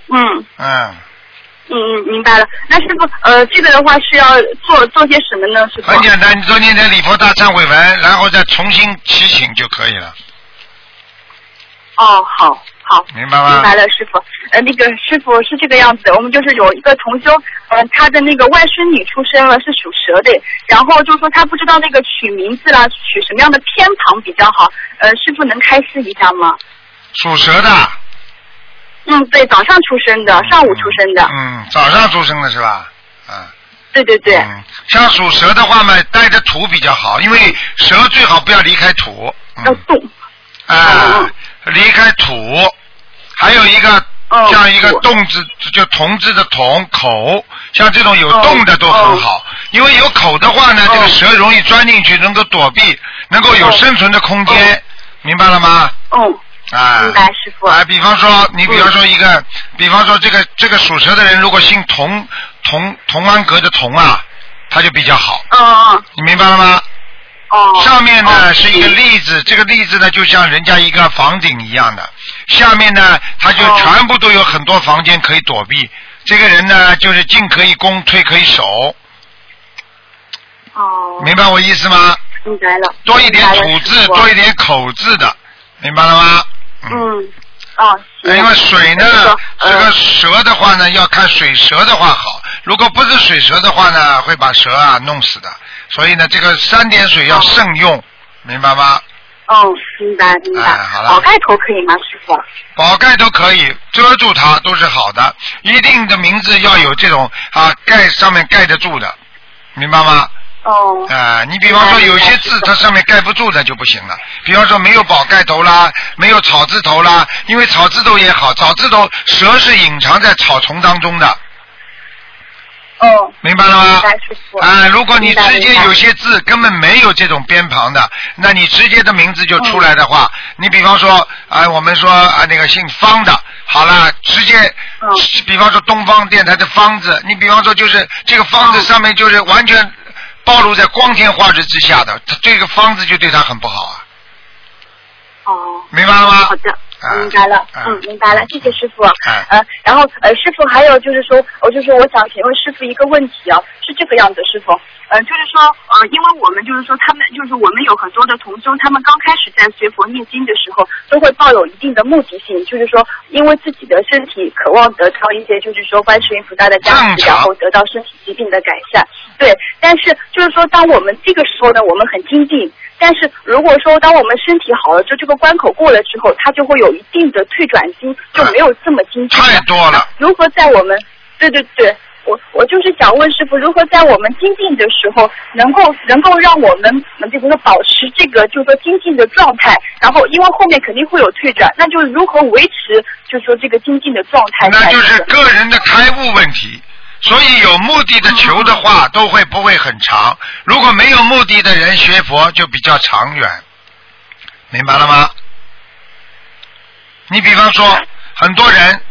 H: 嗯
A: 嗯，
H: 嗯嗯，明白了。那师傅，呃，这个的话是要做做些什么呢，师傅？
A: 很简单，你多念点礼佛大忏悔文，然后再重新祈请就可以了，
H: 哦，好好。
A: 明白
H: 明
A: 吗？
H: 白了，师傅。呃，那个师傅是这个样子的，我们就是有一个同修，呃，他的那个外孙女出生了，是属蛇的，然后就说他不知道那个取名字啦，取什么样的偏旁比较好。呃，师傅能开示一下吗？
A: 属蛇的，
H: 嗯，对，早上出生的，上午出生的，
A: 嗯，早上出生的是吧？嗯。
H: 对对对。
A: 嗯，像属蛇的话嘛，带着土比较好，因为蛇最好不要离开土。
H: 要
A: 嗯。
H: 动，
A: 啊
H: 嗯，
A: 离开土，还有一个
H: 哦
A: 像一个
H: 土
A: 动字，就同字的同口，像这种有洞的都很
H: 哦
A: 好，哦因为有口的话呢，这个蛇容易钻进去，能够躲避，能够
H: 哦
A: 有生存的空间，明白了吗？
H: 嗯，
A: 啊，
H: 哦明白，师傅。嗯
A: 啊，比方说，你比方说一个，比方说这个这个属蛇的人，如果姓童童童安格的童啊，它就比较好。
H: 嗯嗯
A: 你明白了吗？
H: 哦。
A: 上面呢
H: 哦
A: 是一个例子，这个例子呢就像人家一个房顶一样的，下面呢它就
H: 哦
A: 全部都有很多房间可以躲避。这个人呢就是进可以攻，退可以守，
H: 哦，
A: 明白我意思吗？
H: 明白了。
A: 多一点
H: 明白
A: 土
H: 了
A: 字，
H: 师傅
A: 多一点口字的，明白了吗？
H: 嗯，
J: 啊
H: 哦，行
A: 哎因为水呢
H: 那个，
A: 这个蛇的话呢，要看水蛇的话好。如果不是水蛇的话呢，会把蛇啊弄死的。所以呢，这个三点水要慎用，明白吗？
H: 哦，明白明白。
A: 哎好了
H: 宝盖头可以吗，师傅？
A: 宝盖都可以遮住它，都是好的。一定的名字要有这种啊盖上面盖得住的，明白吗？
H: 哦，
A: 啊、你比方说有些字它上面盖不住的就不行了，比方说没有宝盖头啦，没有草字头啦，因为草字头也好，草字头蛇是隐藏在草丛当中的，
H: 哦，
A: 明白了吗
H: 明？白师傅。
A: 啊、如果你
H: 明白
A: 直接
H: 明白
A: 有些字根本没有这种边旁的，那你直接的名字就出来的话，
H: 嗯
A: 你比方说啊、我们说啊、那个姓方的，好了，直接，
H: 嗯
A: 比方说东方电台的方字，你比方说就是这个方
H: 嗯
A: 字上面就是完全暴露在光天化日之下的，它这个方字就对他很不好啊，
H: 哦，
A: 明白了吗？
H: 好的。
A: 啊
H: 明白了，
A: 啊
H: 嗯，明白了，谢谢师傅。
A: 哎
H: 呃，然后呃，师傅还有就是说，我就说我想请问师傅一个问题啊，是这个样子，师傅，呃，就是说呃，因为我们就是说他们就是我们有很多的同修，他们刚开始在学佛念经的时候，都会抱有一定的目的性，就是说因为自己的身体渴望得到一些就是说观世音菩萨的加持，
A: 正常
H: 然后得到身体疾病的改善，对，但是就是说，当我们这个时候呢，我们很精进。但是如果说当我们身体好了，就这个关口过了之后，它就会有一定的退转心，就没有这么精进了。
A: 太多了。
H: 如何在我们对对对，我我就是想问师傅，如何在我们精进的时候，能够能够让我们嗯这个保持这个就是说精进的状态，然后因为后面肯定会有退转，那就是如何维持就是说这个精进的状态
A: 那
H: 才
A: 就
H: 能？
A: 是个人的开悟问题。所以有目的的求的话，都会不会很长；如果没有目的的人学佛，就比较长远，明白了吗？你比方说，很多人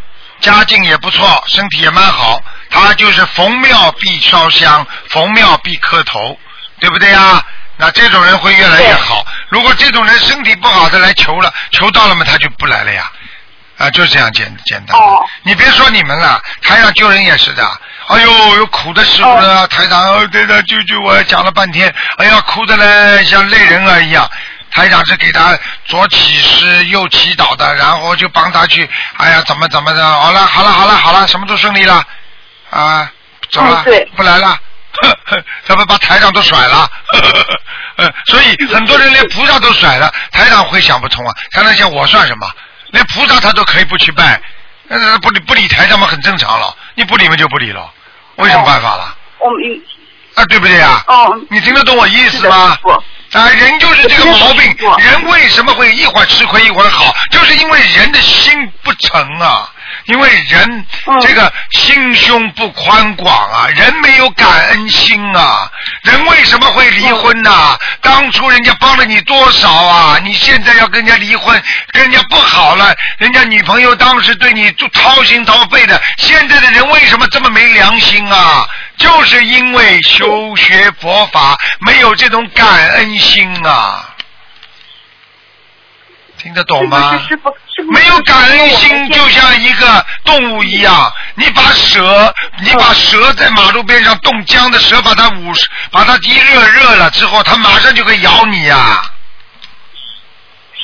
A: 家境也不错，身体也蛮好，他就是逢庙必烧香，逢庙必磕头，对不对啊？那这种人会越来越好。如果这种人身体不好，他来求了，求到了嘛，他就不来了呀。啊，就这样简简单。
H: 哦
A: 你别说你们了，台上救人也是的。哎呦，有苦的时候呢，台长，哦对的，救救我！讲了半天，哎呀，哭的嘞，像泪人儿一样。台长是给他左起师，右祈祷的，然后就帮他去，哎呀，怎么怎么的，好了，好了，好了，好了，什么都顺利了，啊，走了，
H: 嗯对
A: 不来了。 他们把台长都甩了， 呃，所以很多人连菩萨都甩了，台长会想不通啊！台长想我算什么？连菩萨他都可以不去拜，呃，不理不理台长嘛，很正常了。你不理嘛就不理了，我有什么办法了？
H: 哦我们
A: 啊，对不对啊？
H: 哦，
A: 你听得懂我意
H: 是
A: 思
H: 的，
A: 吗
H: 师？傅。
A: 啊，人就是这个毛病
H: 我听得懂师，傅
A: 人为什么会一会儿吃亏一会儿好，就是因为人的心不诚啊，因为人
H: 嗯
A: 这个心胸不宽广啊，人没有感恩心啊，人为什么会离婚呐、当初人家帮了你多少啊，你现在要跟人家离婚，跟人家不好了，人家女朋友当时对你就掏心掏肺的，现在的人为什么这么没良心啊？就是因为修学佛法没有这种感恩心啊，听得懂吗？
H: 是不是师傅，是不是
A: 没有感恩心，就像一个动物一样。你把蛇，你
H: 嗯
A: 把蛇在马路边上冻僵的蛇，把它捂，把它一热热了之后，它马上就会咬你呀、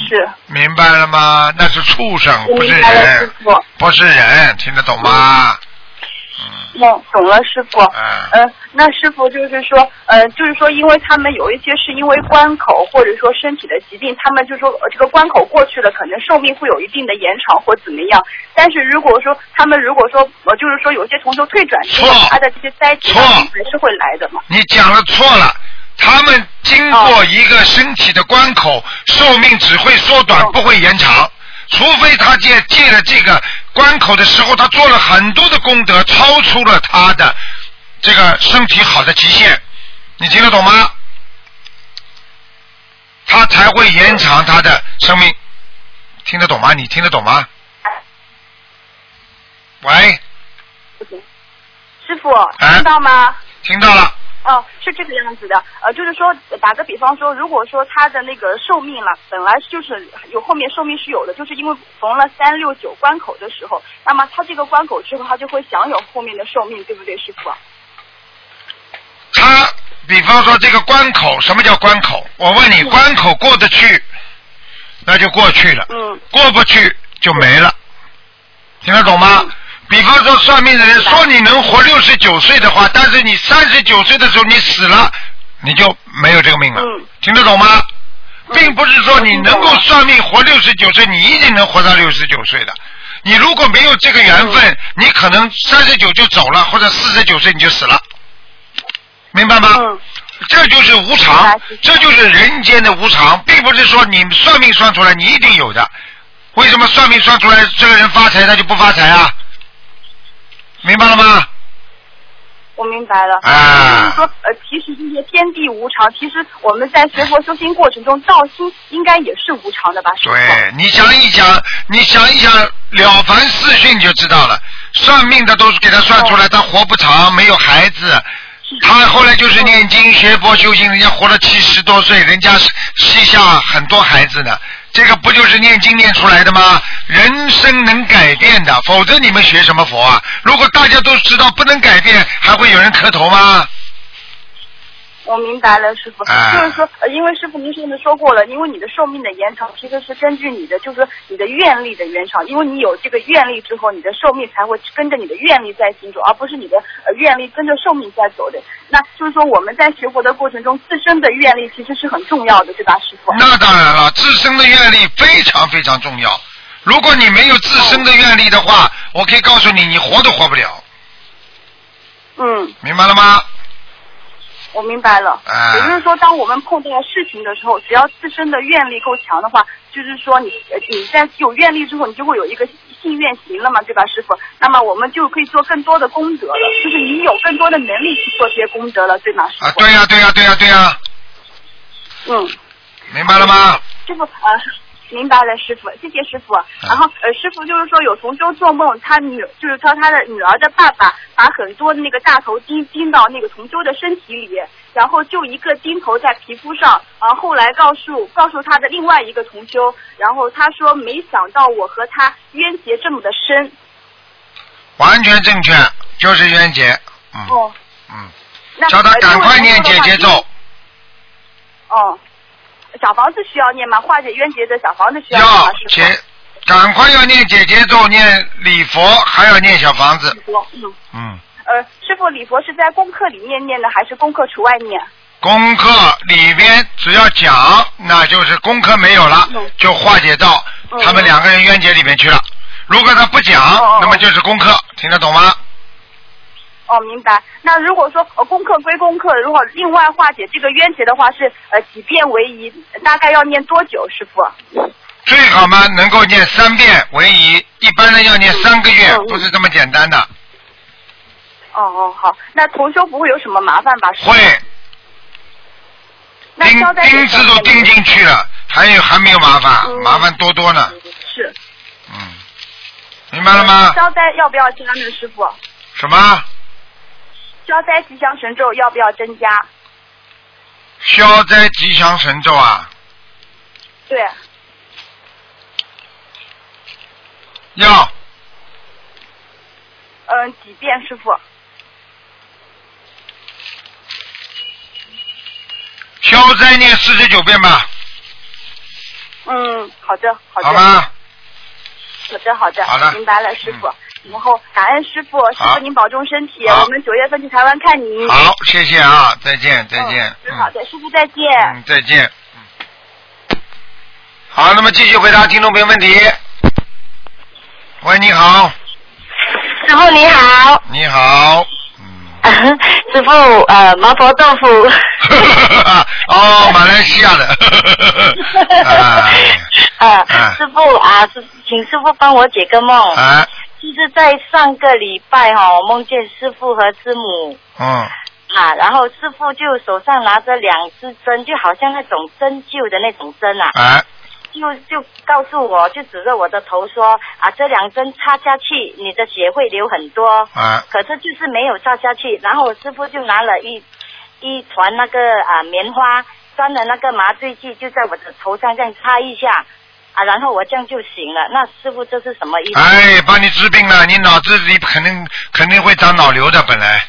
H: 是
A: 明白了吗？那是畜生，
H: 我
A: 不是
H: 明白了，师
A: 人，
H: 傅。
A: 不是人，听得懂吗？
H: 哦，懂了，师傅。
A: 嗯
H: 呃，那师傅就是说，呃，就是说，因为他们有一些是因为关口或者说身体的疾病，他们就说、呃、这个关口过去了，可能寿命会有一定的延长或怎么样。但是如果说他们如果说呃，就是说有些同修退转之后
A: 错，
H: 他的这些灾劫
A: 错
H: 还是会来的嘛。
A: 你讲了错了。他们经过一个身体的关口，寿命只会缩短，
H: 哦
A: 不会延长。除非他借借了这个关口的时候，他做了很多的功德，超出了他的这个身体好的极限，你听得懂吗？他才会延长他的生命，听得懂吗？你听得懂吗？喂，
H: 师傅，听到吗？
A: 啊听到了，
H: 哦、是这个样子的，呃，就是说，呃打个比方说，如果说他的那个寿命了，本来就是有后面寿命是有的，就是因为逢了三六九关口的时候，那么他这个关口之后，他就会享有后面的寿命，对不对，师傅？
A: 他比方说这个关口，什么叫关口？我问你，关口过得去，那就过去了；
B: 嗯
A: 过不去就没了，听得懂
B: 嗯
A: 吗？比方说，算命的人说你能活六十九岁的话，但是你三十九岁的时候你死了，你就没有这个命了，
B: 嗯
A: 听得懂吗？并不是说你能够算命活六十九岁，你一定能活到六十九岁的。你如果没有这个缘
B: 嗯
A: 分，你可能三十九就走了，或者四十九岁你就死了，明白吗？
B: 嗯
A: 这就是无
H: 明
A: 常
H: 白师，
A: 这就是人间的无常，并不是说你算命算出来你一定有的。为什么算命算出来这个人发财他就不发财啊？明白了吗？
H: 我明白了，
A: 啊
H: 就是说，呃，其实这些天地无常，其实我们在学佛修心过程中，道心应该也是无常的吧，师傅？
A: 对，你想一想，你想一想《了凡四训》你就知道了。算命的都是给他算
H: 哦
A: 出来，他活不长，没有孩子。他后来就是念经、学佛、修行，人家活了七十多岁，人家膝下很多孩子呢。这个不就是念经念出来的吗？人生能改变的，否则你们学什么佛啊？如果大家都知道不能改变，还会有人磕头吗？
H: 我明白了，师傅，
A: 啊
H: 就是说，呃，因为师傅您现在说过了，因为你的寿命的延长其实是根据你的，就是说你的愿力的延长，因为你有这个愿力之后，你的寿命才会跟着你的愿力在行走，而不是你的呃愿力跟着寿命在走的。那就是说，我们在学佛的过程中，自身的愿力其实是很重要的，对吧，师傅？
A: 那当然了，自身的愿力非常非常重要。如果你没有自身的愿力的话，我可以告诉你，你活都活不了，
H: 嗯。
A: 明白了吗？
H: 我明白了，
A: 啊
H: 也就是说，当我们碰到事情的时候，只要自身的愿力够强的话，就是说你呃你在有愿力之后，你就会有一个信愿行了嘛，对吧，师傅？那么我们就可以做更多的功德了，就是你有更多的能力去做这些功德了，对吗，师傅？
A: 啊，对呀、对呀、对呀、对呀、
H: 嗯，
A: 明白了吗？
H: 师傅呃，明白了，师傅，谢谢师傅。
A: 嗯
H: 然后呃，师傅就是说有同修做梦，他女就是说他的女儿的爸爸把很多的那个大头钉钉到那个同修的身体里，然后就一个钉头在皮肤上，然后后来告诉告诉他的另外一个同修，然后他说没想到我和他冤结这么的深。
A: 完全正确，就是冤结。嗯、
H: 哦，
A: 嗯，
H: 那
A: 叫他
H: 呃
A: 赶快念姐姐。
H: 这位同修的话
A: 咒，
H: 哦，小房子需要念吗？化解冤结的小房子需要念吗
A: 要？
H: 师傅
A: 姐，赶快要念姐姐咒，念礼佛，还要念小房子。
H: 嗯。
A: 嗯，
H: 呃，师傅，礼佛是在功课里面念的，还是功课除外念？
A: 功课里边只要讲，那就是功课没有了，
H: 嗯
A: 就化解到他们两个人冤结里面去了。如果他不讲，
H: 哦哦哦
A: 那么就是功课，听得懂吗？
H: 哦，明白。那如果说、呃、功课归功课，如果另外化解这个冤结的话，是呃几遍为宜，大概要念多久，师傅？哦
A: 最好嘛，能够念三遍为宜，一般人要念三个月，不是这么简单的。
H: 哦哦，好。那同修不会有什么麻烦吧？师傅
A: 会。
H: 那
A: 钉
H: 交代
A: 钉子都钉进去了，还有还没有麻烦，
H: 嗯
A: 麻烦多多呢。
H: 是。
A: 嗯，明白了吗？
H: 消灾嗯要不要加呢，师傅？
A: 什么？
H: 消灾吉祥神咒要不要增加？
A: 消灾吉祥神咒啊，
H: 对，
A: 要
H: 嗯、几遍，师傅？
A: 消灾念四十九遍吧，
H: 嗯，好的，好的。
A: 好吗？
H: 好的，好的，
A: 好了
H: 明白了，师傅
A: 嗯。
H: 然后感恩师傅，师
A: 好
H: 傅您保重身体，
A: 好
H: 我们九月份去台湾看您。
A: 好，谢谢啊，再见，再见
H: 嗯。嗯好
A: 嗯
H: 的，师傅再见。
A: 嗯，再见。嗯好，那么继续回答听众朋友问题。喂，你好，
D: 师傅你好，
A: 你好，嗯，
D: 师傅呃麻婆豆腐。
A: 哦，马来西亚的， 哎
D: 呃
A: 哎，
D: 师傅啊，是请师傅帮我解个梦。
A: 哎，
D: 就是在上个礼拜哈、我梦见师傅和师母
A: 嗯，
D: 啊，然后师傅就手上拿着两支针，就好像那种针灸的那种针啊，
A: 哎，
D: 就就告诉我，就指着我的头说啊，这两针插下去，你的血会流很多。
A: 哎，
D: 可是就是没有插下去，然后我师傅就拿了一
K: 一团那个啊棉花沾了那个麻醉剂，就在我的头上这样擦一下啊，然后我这样就行了。那师傅这是什么意思？
A: 哎，帮你治病了，你脑子里肯定肯定会长脑瘤的，本来。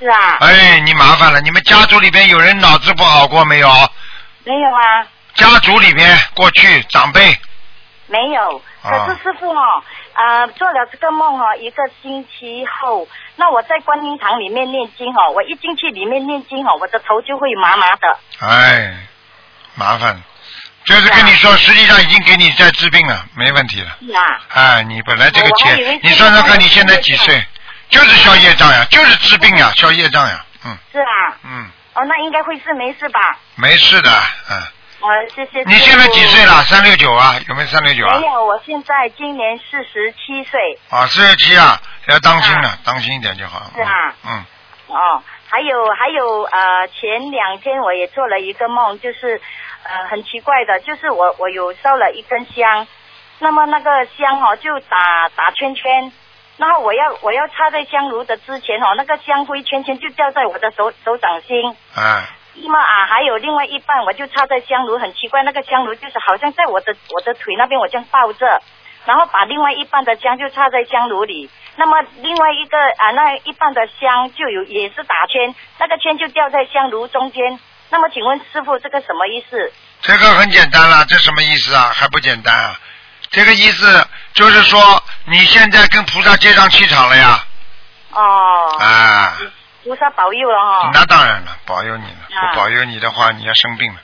K: 是啊，
A: 哎，你麻烦了，你们家族里边有人脑子不好过没有？
K: 没有啊，
A: 家族里边过去长辈，
K: 没有。可是师傅哦，啊、做了这个梦哦，一个星期后，那我在观音堂里面念经哦，我一进去里面念经哦，我的头就会麻麻的。
A: 哎，麻烦。就是跟你
K: 啊
A: 说，实际上已经给你在治病了，没问题了。
K: 是啊，
A: 哎，你本来这个
K: 我还以为
A: 钱
K: 是，
A: 你算算看你现在几岁？就是消业障呀，就是治病呀，消业障呀，嗯
K: 是啊，
A: 嗯，
K: 哦，那应该会是没事吧？
A: 没事的，嗯。
K: 呃，谢谢。
A: 你现在几岁了？三六九啊？有没有三六九啊
K: 没？有，我现在今年四十七岁，
A: 啊，四六七啊，要当心了，当心一点就好。
K: 是啊，
A: 嗯，
K: 哦，还有还有呃，前两天我也做了一个梦，就是呃很奇怪的，就是我我有烧了一根香，那么那个香哦就打打圈圈，然后我要我要插在香炉的之前哦，那个香灰圈圈就掉在我的手手掌心，
A: 哎，
K: 那么啊还有另外一半我就插在香炉，很奇怪，那个香炉就是好像在我的我的腿那边我这样抱着。然后把另外一半的香就插在香炉里，那么另外一个啊那一半的香就有也是打圈，那个圈就掉在香炉中间。那么请问师傅这个什么意思？
A: 这个很简单了，这什么意思啊？还不简单啊？这个意思就是说，你现在跟菩萨接上气场了呀？
K: 哦，
A: 啊，嗯
K: 菩萨保佑了哦哈、
A: 那当然了，保佑你了。
K: 啊
A: 不保佑你的话，你要生病了。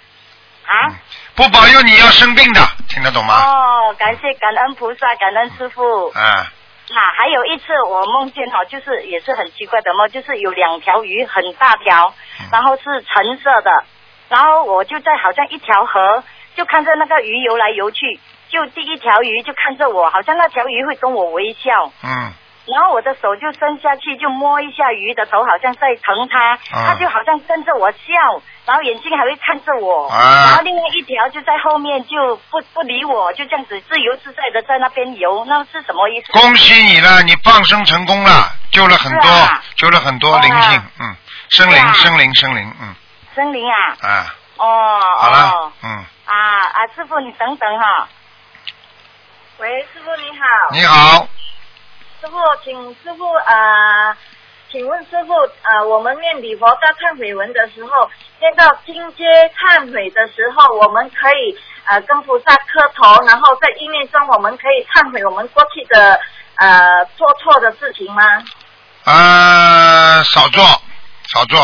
K: 啊！
A: 嗯不保佑你要生病的，听得懂吗？
K: 哦，感谢感恩菩萨，感恩师傅。
A: 啊，
K: 那、还有一次我梦见哈，就是也是很奇怪的梦，哦就是有两条鱼很大条，
A: 嗯
K: 然后是橙色的，然后我就在好像一条河，就看着那个鱼游来游去，就第一条鱼就看着我，好像那条鱼会跟我微笑，
A: 嗯，
K: 然后我的手就伸下去，就摸一下鱼的头，好像在疼它，
A: 啊
K: 它就好像跟着我笑，然后眼睛还会看着我，
A: 啊
K: 然后另外一条就在后面就不不理我，就这样子自由自在的在那边游，那是什么意思？
A: 恭喜你了，你放生成功了，救了很多，
K: 是啊
A: 救了很多
K: 哇
A: 灵性，嗯，生
K: 是
A: 灵，
K: 啊
A: 生灵，生灵，嗯，
K: 森林啊，
A: 啊，
K: 哦，
A: 好了
K: 哦，
A: 嗯，
K: 啊啊，师傅你等等哈、
L: 喂，师傅你好。
A: 你。好，
L: 师傅，请师傅呃，请问师傅呃，我们念礼佛大忏悔文的时候，念到经阶忏悔的时候，我们可以呃跟菩萨磕头，然后在意念中我们可以忏悔我们过去的呃做错的事情吗？
A: 呃，少做，少做，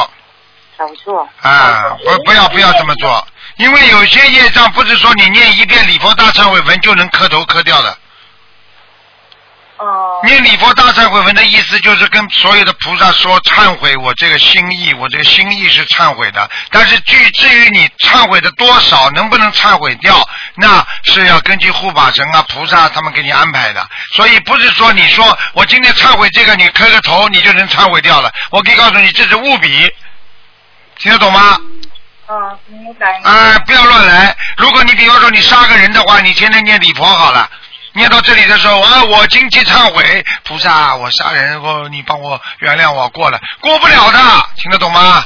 K: 少做。
A: 啊，不不要不要这么做，因为有些业障不是说你念一遍礼佛大忏悔文就能磕头磕掉的。
L: 哦。
A: 念礼佛大忏悔文的意思就是跟所有的菩萨说忏悔我这个心意，我这个心意是忏悔的，但是至至于你忏悔的多少，能不能忏悔掉，那是要根据护法神啊、菩萨他们给你安排的。所以不是说你说我今天忏悔这个，你磕个头你就能忏悔掉了。我可以告诉你，这是误笔，听得懂吗？
L: 嗯，明白。
A: 啊、不要乱来。如果你比方说你杀个人的话，你天天念礼佛好了。念到这里的时候，啊，我经济忏悔，菩萨，我杀人，我你帮我原谅我，过了，过不了的，听得懂吗？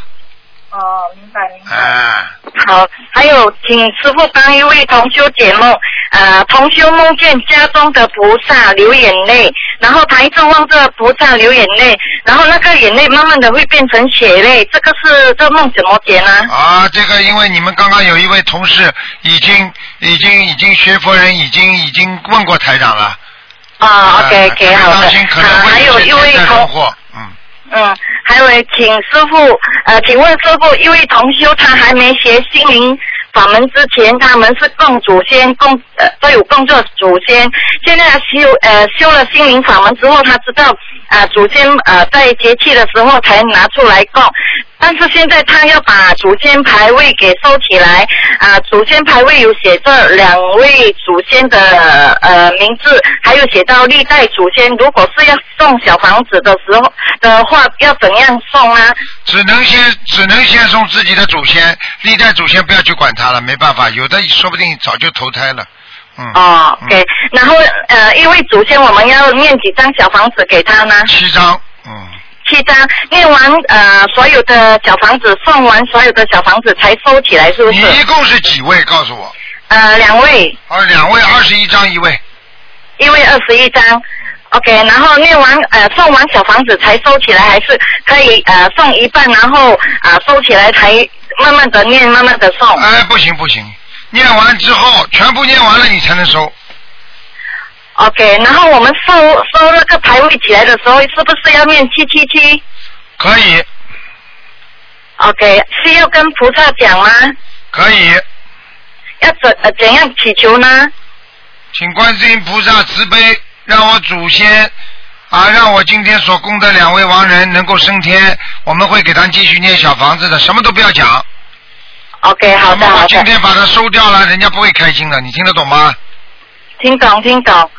L: 哦，明白明白。
A: 啊，
J: 好，还有请师傅帮一位同修解梦，呃，同修梦见家中的菩萨流眼泪，然后他一直望着菩萨流眼泪，然后那个眼泪慢慢的会变成血泪，这个是这梦怎么解呢？
A: 啊，这个因为你们刚刚有一位同事已经已经已经学佛人，已经已经问过台长了。
J: 啊，OK
A: 呃
J: OK，好
A: 特别当
J: 的
A: 心，可能
J: 啊，还
A: 会一
J: 有一
A: 些
J: 位
A: 天灾
J: 同
A: 人祸。
J: 嗯，还有，请师傅，呃，请问师傅，一位同修他还没学心灵法门之前，他们是供祖先，供呃都有供着祖先。现在修呃修了心灵法门之后，他知道啊、呃祖先呃在节气的时候才拿出来供，但是现在他要把祖先牌位给收起来啊、祖先牌位有写着两位祖先的呃名字，还有写到历代祖先。如果是要送小房子的时候的话，要怎样送啊？
A: 只能先只能先送自己的祖先，历代祖先不要去管他了，没办法，有的说不定早就投胎了。嗯。
J: 哦，OK。然后呃，因为祖先我们要念几张小房子给他呢？
A: 七张。嗯
J: 七张，念完呃所有的小房子，送完所有的小房子才收起来，是不
A: 你
J: 是？
A: 一共是几位？告诉我。
J: 呃，两位，
A: 啊，两位二十一张一位。
J: 一位二十一张。OK，然后念完呃送完小房子才收起来，还是可以呃送一半，然后啊、呃、收起来才慢慢的念，慢慢的送。
A: 哎，不行不行，念完之后全部念完了，你才能收。
J: OK，然后我们收收那个牌位起来的时候，是不是要念七七七
A: 可以
J: ？OK，是要跟菩萨讲吗？
A: 可以，
J: 要怎呃怎样祈求呢？
A: 请观世音菩萨慈悲，让我祖先啊，让我今天所供的两位亡人能够升天。我们会给他继续念小房子的，什么都不要讲。
J: OK，好的
A: 我
J: 好
A: 们今
J: 的，
A: 天把它收掉了，人家不会开心的，你听得懂吗？
J: 听懂听懂。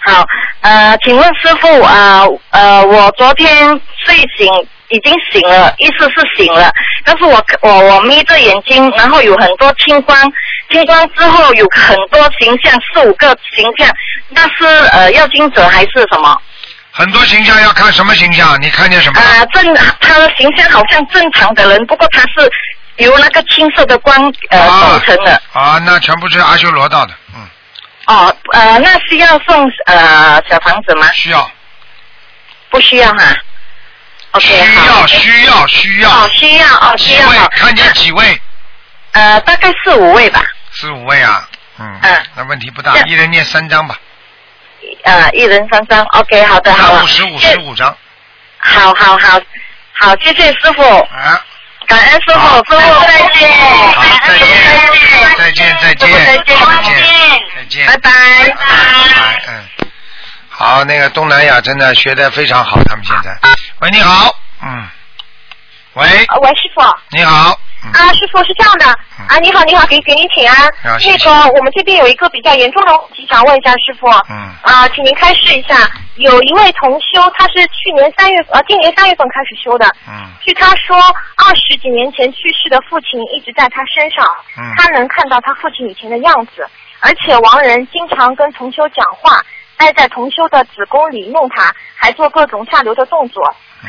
J: 好，呃，请问师傅啊、呃，我昨天睡醒已经醒了，意思是醒了，但是我我我眯着眼睛，然后有很多青光，青光之后有很多形象，四五个形象，那是呃要经者还是什么？
A: 很多形象要看什么形象，你看见什么？
J: 啊、正他的形象好像正常的人，不过他是由那个青色的光呃构成的。
A: 啊，那全部是阿修罗道的，
J: 哦，呃，那需要送呃小房子吗？
A: 需要。
J: 不需要哈。OK，需要
A: 需要需要。
J: 哦，需要哦，需要。
A: 看见几位？
J: 呃，大概四五位吧。
A: 四五位啊，嗯，那问题不大，一人念三张吧，
J: 呃，一人三张。OK，好的，好
A: 那
J: 的
A: 五。十五十五张，
J: 好好好，好，谢谢师傅。
A: 啊。
J: 感恩师傅，师傅再见。
A: 再见，再见，再见，再见，再见，拜
J: 拜，拜
A: 拜，嗯。好，那个东南亚真的学的非常好，他们现在。喂，你好，嗯，喂，
I: 啊
A: 嗯
I: 喂，师傅。
A: 你好，
I: 啊，师傅是这样的，啊，你好，你好，给给您请安。
A: 嗯啊谢
I: 那
A: 谢
I: 个，我们这边有一个比较严重的问题，想问一下师傅。
A: 嗯。
I: 啊，请您开示一下，有一位同修，他是去年三月，呃，今年三月份开始修的。
A: 嗯。
I: 据他说，二十几年前去世的父亲一直在他身上，
D: 嗯
I: 他能看到他父亲以前的样子，而且亡人经常跟同修讲话，待在同修的子宫里弄他，还做各种下流的动作，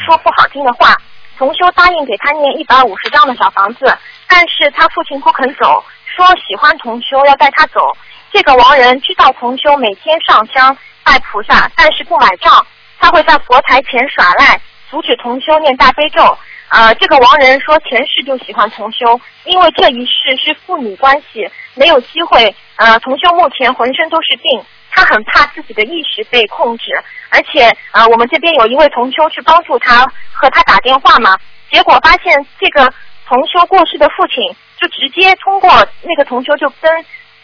I: 说不好听的话。同修答应给他念一百五十张的小房子，但是他父亲不肯走，说喜欢同修要带他走。这个亡人知道同修每天上香拜菩萨，但是不买账，他会在佛台前耍赖，阻止同修念大悲咒。呃，这个亡人说前世就喜欢同修，因为这一世是父女关系，没有机会。呃，同修目前浑身都是病，他很怕自己的意识被控制，而且呃，我们这边有一位同修去帮助他和他打电话嘛，结果发现这个同修过世的父亲就直接通过那个同修就跟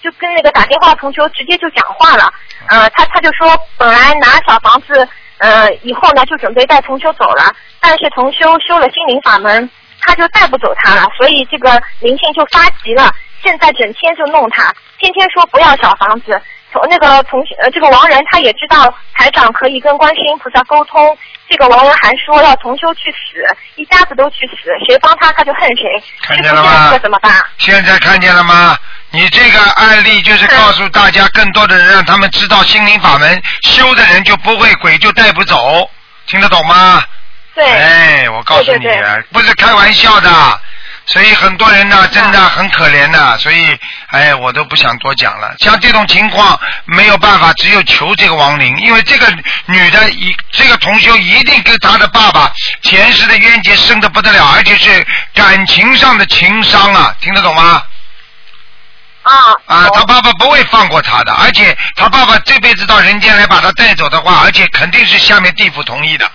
I: 就跟那个打电话同修直接就讲话了，呃，他他就说本来拿小房子，呃，以后呢就准备带同修走了，但是同修修了心灵法门，他就带不走他了，所以这个灵性就发急了，现在整天就弄他，天天说不要小房子。从那个同呃这个亡人他也知道台长可以跟观世音菩萨沟通，这个亡人还说要同修去死，一家子都去死，谁帮他他就恨谁，
A: 看见了吗
I: 这？怎么办？
A: 现在看见了吗？你这个案例就是告诉大家，更多的人让他们知道心灵法门，修的人就不会鬼就带不走，听得懂吗？
I: 对。
A: 哎，我告诉你，不是开玩笑的。所以很多人呢，真的很可怜的，所以，哎，我都不想多讲了。像这种情况没有办法，只有求这个亡灵，因为这个女的一这个同修一定跟她的爸爸前世的冤结深的不得了，而且是感情上的情伤啊，听得懂吗？
I: 啊
A: 啊，他爸爸不会放过他的，而且他爸爸这辈子到人间来把他带走的话，而且肯定是下面地府同意的，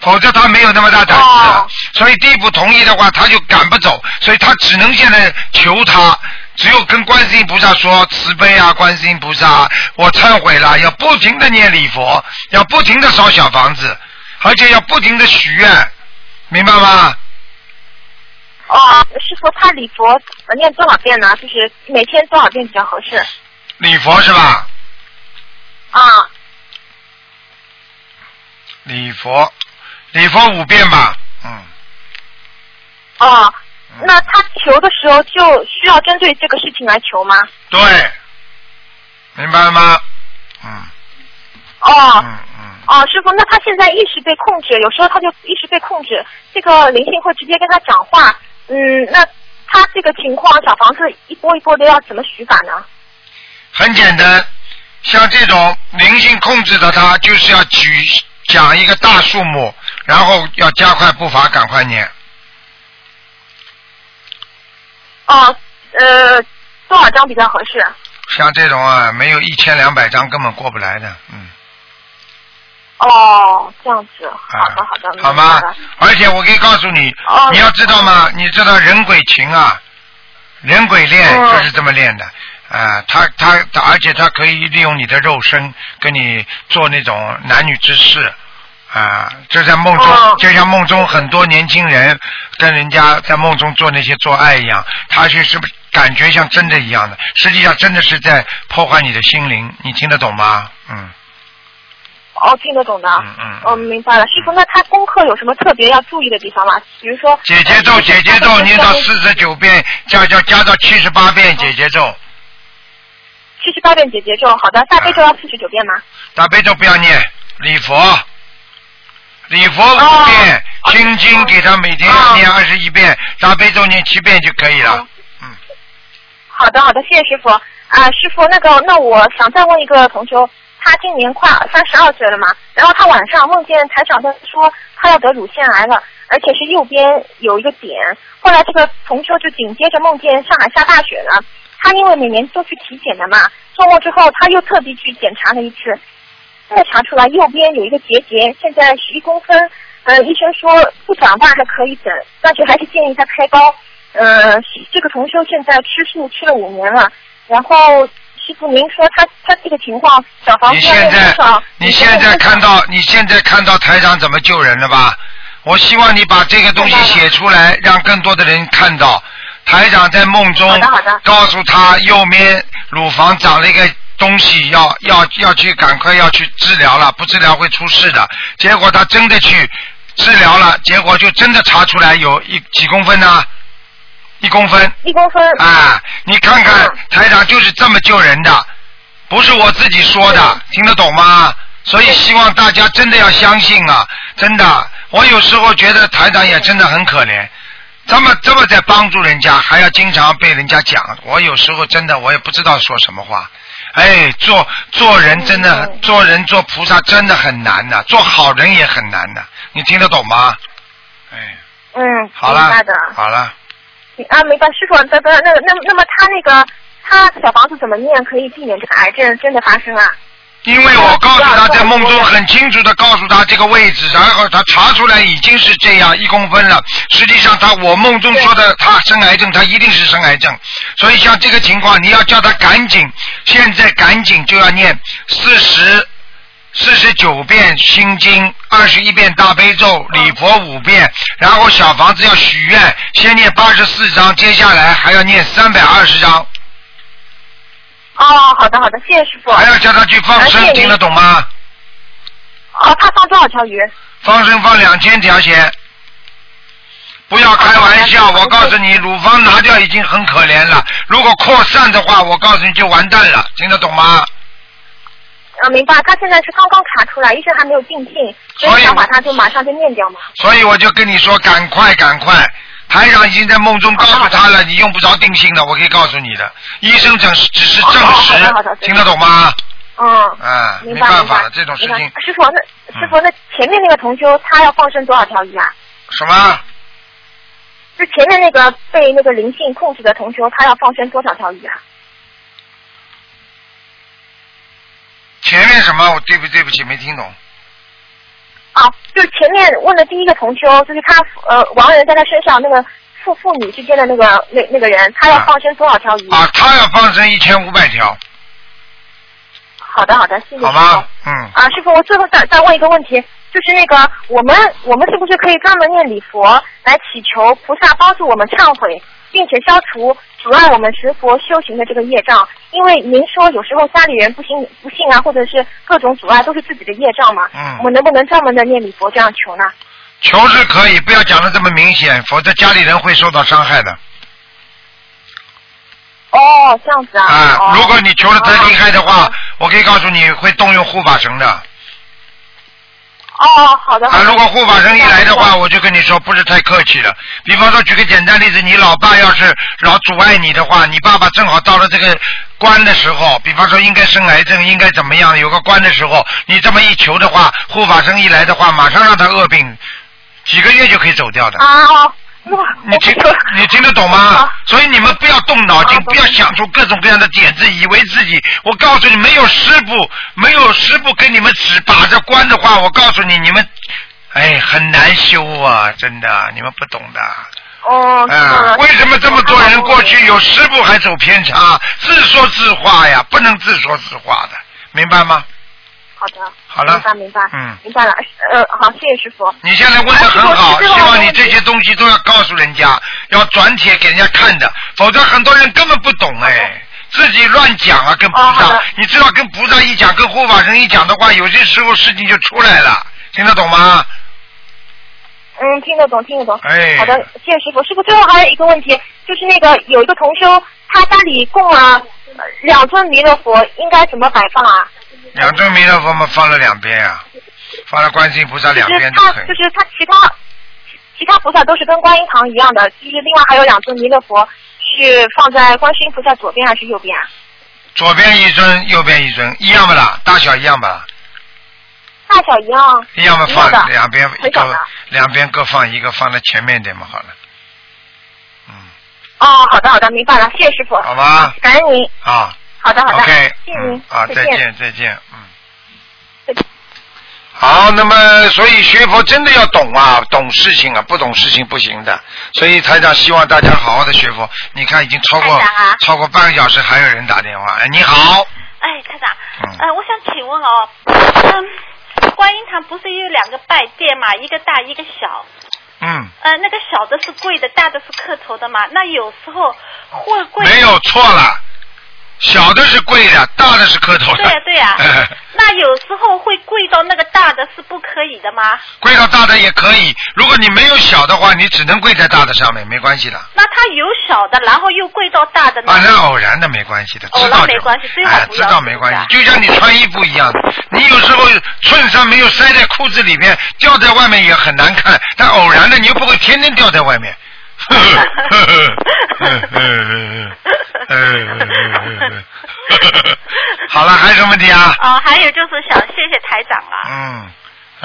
A: 否则他没有那么大胆子的。所以地府同意的话，他就赶不走，所以他只能现在求他，只有跟观世音菩萨说慈悲啊，观世音菩萨，我忏悔了，要不停的念礼佛，要不停的烧小房子，而且要不停的许愿，明白吗？
I: 哦，师傅，他礼佛呃念多少遍呢？就是每天多少遍比较合适？
A: 礼佛是吧？
I: 啊，
A: 礼佛，礼佛五遍吧，嗯。
I: 哦，那他求的时候就需要针对这个事情来求吗？
A: 对，明白了吗？
I: 哦，
A: 嗯
I: 哦，哦，师傅，那他现在一直被控制，有时候他就一直被控制，这个灵性会直接跟他讲话。嗯，那他这个情况，小房子一波一波的要怎么许法呢？
A: 很简单，像这种灵性控制的他，就是要举讲一个大数目，然后要加快步伐，赶快念。
I: 哦，呃，多少张比较合适？
A: 像这种啊，没有一千两百张根本过不来的，嗯，
I: 哦，这样子，好的好的，
A: 啊好
I: 明
A: 吗
I: 白了？哦
A: 而且我可以告诉你，你要知道吗？你知道人鬼情啊，人鬼恋
I: 嗯
A: 就是这么练的。啊，他他他，而且他可以利用你的肉身跟你做那种男女之事，啊，就在梦中，
M: 哦
A: 就像梦中很多年轻人跟人家在梦中做那些做爱一样，他是是不是感觉像真的一样的？实际上真的是在破坏你的心灵，你听得懂吗？嗯，
I: 哦，听得懂的。嗯
A: 嗯。
I: 哦，明白了，师傅，那他功课有什么特别要注意的地方吗？比如说。呃
A: 姐姐 咒，姐姐咒念到四十九遍，加加加到七十八遍姐姐咒，
I: 七十八遍姐姐咒，好的，大悲咒要四十九遍吗？
A: 大悲咒不要念，礼佛，礼佛五遍，心经给他每天念二十一遍，大悲咒念七遍就可以了。
I: 好的，好的，谢谢师傅。啊，师傅，那个，那我想再问一个同修，他今年快三十二岁了嘛，然后他晚上梦见台长在说他要得乳腺癌了，而且是右边有一个点。后来这个同修就紧接着梦见上海下大雪了，他因为每年都去体检的嘛，做梦之后他又特地去检查了一次，再查出来右边有一个结节，现在十一公分。呃，医生说不长大还可以等，但是还是建议他开刀。呃，这个同修现在吃素吃了五年了，然后师傅您说他他这个情况，小房
A: 你
I: 子
A: 现
I: 要念
A: 在
I: 多少？
A: 你现在看到你现在看到台长怎么救人了吧？我希望你把这个东西写出来，让更多的人看到。台长在梦中
I: 好的好的
A: 告诉他，右面乳房长了一个东西，要要要去赶快要去治疗了，不治疗会出事的。结果他真的去治疗了，结果就真的查出来有一几公分呢、啊一公分。
I: 一公分。嗯
A: 啊，你看看、台长就是这么救人的，不是我自己说
I: 嗯
A: 的，听得懂吗？所以希望大家真的要相信啊，真的，我有时候觉得台长也真的很可怜，这么这么在帮助人家，还要经常被人家讲，我有时候真的我也不知道说什么话。哎，做做人真的，
I: 嗯
A: 做人做菩萨真的很难呐、做好人也很难呐、你听得懂吗？哎，
I: 嗯，
A: 好
I: 明
A: 了
I: 白的。，
A: 好了，
I: 啊，明白，师傅，那那那那那么他那个他小房子怎么念可以避免这个癌症真的发生啊？
A: 因为我告诉他在梦中很清楚的告诉他这个位置，然后他查出来已经是这样一公分了。实际上他我梦中说的他生癌症，他一定是生癌症。所以像这个情况，你要叫他赶紧，现在赶紧就要念四十。四十九遍心经，二十一遍大悲咒，礼佛五遍，然后小房子要许愿，先念八十四章，接下来还要念三百二十章，
I: 哦，好的好的，谢谢师傅。
A: 还要叫他去放
I: 啊谢谢
A: 生，
I: 您
A: 听得懂吗？
I: 哦，他放多少条鱼？
A: 放生放两千条钱，不要开玩
I: 哦
A: 笑，我告诉你，乳房拿掉已经很可怜了，如果扩散的话，我告诉你就完蛋了，听得懂吗？
I: 啊，明白。他现在是刚刚卡出来，医生还没有定性，所以想把它就马上就念掉嘛。
A: 所以我就跟你说，赶快赶快，台长已经在梦中告诉他了，你用不着定性的，我可以告诉你的，医生只是只是证
I: 哦
A: 实，听得懂吗？
I: 嗯，
A: 啊，
I: 明
A: 没
I: 白
A: 办
I: 明
A: 法
I: 白
A: 了，这种事
I: 明白
A: 情嗯
I: 师傅，那师傅，那前面那个同修他要放生多少条鱼啊？
A: 什么？
I: 就前面那个被那个灵性控制的同修，他要放生多少条鱼啊？
A: 前面什么？我对不对不起，没听懂。
I: 啊，就是前面问的第一个同修，就是他呃亡人在他身上那个父父女之间的那个那那个人，他要放生多少条鱼？
A: 啊，他要放生一千五百条，
I: 好的好的，谢谢。
A: 好吗？嗯，
I: 啊，师傅，我最后再再问一个问题，就是那个我们我们是不是可以专门念礼佛来祈求菩萨帮助我们忏悔，并且消除阻碍我们学佛修行的这个业障？因为您说有时候家里人不信不信啊，或者是各种阻碍都是自己的业障嘛。
A: 嗯
I: 我们能不能专门的念礼佛这样求呢？
A: 求是可以，不要讲的这么明显，否则家里人会受到伤害的。
I: 哦，这样子啊。
A: 啊，
I: 哦
A: 如果你求的太厉害的话，我可以告诉你会动用护法神的。
I: 哦，好的。
A: 啊，如果护法神一来的话，我就跟你说，不是太客气了。比方说，举个简单例子，你老爸要是老阻碍你的话，你爸爸正好到了这个关的时候，比方说应该生癌症，应该怎么样，有个关的时候，你这么一求的话，护法神一来的话，马上让他恶病，几个月就可以走掉的。
I: 啊哦，
A: 你 听你听得懂吗？所以你们不要动脑筋，啊不要想出各种各样的点子，以为自己。我告诉你，没有师傅，没有师傅跟你们指把着关的话，我告诉你，你们哎很难修啊，真的，你们不懂的。
I: 哦，是
A: 啊
I: 吗，
A: 为什么这么多人过去有师傅 还走偏
I: 啊
A: 差，自说自话呀？不能自说自话的，明白吗？
I: 好的。
A: 好了
I: 明白明白。
A: 嗯
I: 明白了，呃，好，谢谢师傅。
A: 你现在问的很好，
I: 啊师
A: 希
I: 傅
A: 望你这些东西都要告诉人家，要转帖给人家看的，否则很多人根本不懂
I: 哦
A: 哎，自己乱讲啊，跟菩萨，你知道跟菩萨一讲，跟护法神一讲的话，有些时候事情就出来了，听得懂吗？
I: 嗯，听得懂，听得懂。
A: 哎
I: 好的，谢谢师傅。师傅，最后还有一个问题，就是那个有一个同修，他家里供了呃两尊弥勒佛，应该怎么摆放啊？
A: 两尊弥勒佛嘛放了两边啊，放了观世音菩萨两边
I: 就
A: 都可
I: 是他，
A: 以
I: 就。是他其他其他菩萨都是跟观音堂一样的，就是另外还有两尊弥勒佛是放在观世音菩萨左边还是右边啊？
A: 左边一尊，右边一尊，一样不啦？大小一样吧？
I: 大小一样。
A: 一样吧，
I: 一
A: 放
I: 样的。
A: 两边一
I: 很小的
A: 个，两边各放一个，放在前面一点嘛，好了，
I: 哦，好的好的，明白了，谢谢师傅。
A: 好吧？
I: 感恩您。
A: 啊。
I: 好的好的。
A: OK，
I: 谢谢您。
A: 啊，
I: 再
A: 再见，再见，嗯。好，那么所以学佛真的要懂啊，懂事情啊，不懂事情不行的。所以台长希望大家好好的学佛。你看，已经超过、
M: 台长啊
A: 超过半个小时，还有人打电话。哎，你好，
M: 哎，台长，
A: 嗯
M: 呃，我想请问哦，嗯，观音堂不是有两个拜殿嘛，一个大一个小，
A: 嗯，
M: 呃，那个小的是跪的，大的是磕头的嘛？那有时候会跪
A: 没有错了，小的是跪的，大嗯的是磕 头的。
M: 对呀、对呀、那有时候会跪到那个大的是不可以的吗？
A: 跪到大的也可以，如果你没有小的话，你只能跪在大的上面，没关系的。
M: 那他有小的，然后又跪到大的呢？
A: 啊，那偶然的没关系的，
M: 偶
A: 知
M: 然
A: 道
M: 没
A: 就
M: 关系最好
A: 哎，
M: 不
A: 知
M: 要
A: 道
M: 是
A: 没
M: 不
A: 关系
M: 是啊，
A: 就像你穿衣服一样的，你有时候衬衫没有塞在裤子里面，掉在外面也很难看，但偶然的你又不会天天掉在外面。呵呵呵呵呵呵呵呵 好了，还有什么问题 啊？
M: 啊、还有就是想谢谢台长啊，
A: 嗯，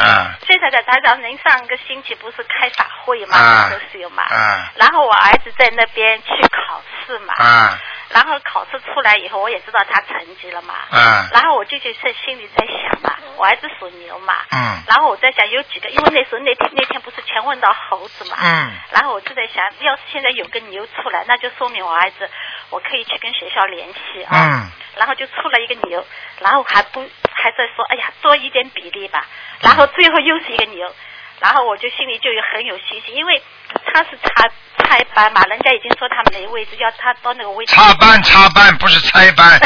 A: 啊
M: 谢谢台长，台长您上个星期不是开法会嘛，
A: 啊
M: 就是有嘛，
A: 啊
M: 然后我儿子在那边去考试嘛，
A: 啊
M: 然后考试出来以后，我也知道他成绩了嘛，
A: 啊
M: 然后我就就在心里在想嘛，我儿子属牛嘛，
A: 嗯
M: 然后我在想有几个，因为那时候那天那天不是全问到猴子嘛，
A: 嗯
M: 然后我就在想，要是现在有个牛出来，那就说明我儿子我可以去跟学校联系啊，
D: 嗯
M: 然后就出了一个牛，然后还不还在说，哎呀，多一点比例吧，然后最后又是一个牛，然后我就心里就有很有信心，因为他是插插班嘛，人家已经说他没位置，要他到那个位置。
A: 插班插班不是拆班，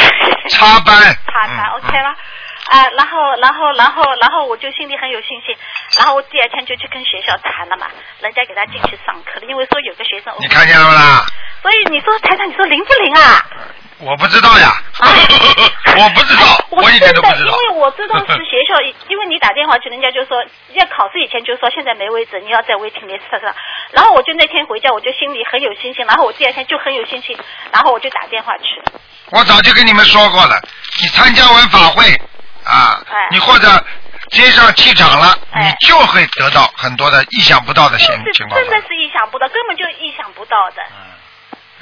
A: 插班。
M: 插班、OK
A: 嗯
M: 吗？啊，然后，然后，然后，然后我就心里很有信心，然后我第二天就去跟学校谈了嘛，人家给他进去上课了，因为说有个学生，
A: 你看见了不啦？
M: 所以你说台长，你说灵不灵啊？
A: 我不知道呀， 我不知
M: 哎
A: 道，我一点都不知
M: 因
A: 道。
M: 为我知道是学 校，因为你打电话去，人家就说要考试以前就说现在没位置，你要在 waiting list 上。然后我就那天回家，我就心里很有信心，然后我第二天就很有信心，然后我就打电话去了。
A: 我早就跟你们说过了，你参加完法会啊，
M: 哎
A: 你或者接上气场了，你就会得到很多的意想不到的情情况。
M: 真的是意想不到，根本就意想不到的。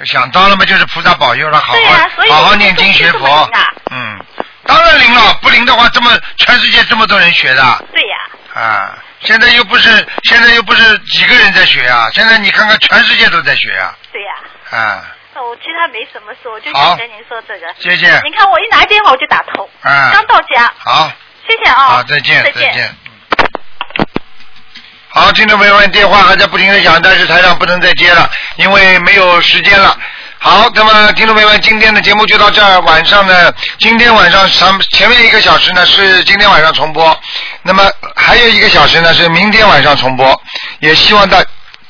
A: 想到了嘛，就是菩萨保佑了，好
M: 对
A: 嗯好、
M: 呀、所以
A: 好好念经学
M: 我们
A: 佛
M: 都是这么灵。啊
A: 嗯，当然灵了，不灵的话，这么全世界这么多人学的
M: 对呀、
A: 啊，现在又不是现在又不是几个人在学啊，现在你看看全世界都在学啊，
M: 对呀、
A: 啊。
M: 那我其他没什么事，我就
A: 好
M: 想跟您说这个。
A: 谢谢
M: 您看我一拿电话我就打通，
A: 啊
M: 刚到家，
A: 好，
M: 谢谢啊。
A: 好，再见，
M: 再
A: 见。嗯好，听众朋友们，电话还在不停的响，但是台上不能再接了，因为没有时间了。好，那么听众朋友们，今天的节目就到这儿。晚上呢，今天晚上咱们前面一个小时呢是今天晚上重播，那么还有一个小时呢是明天晚上重播。也希望大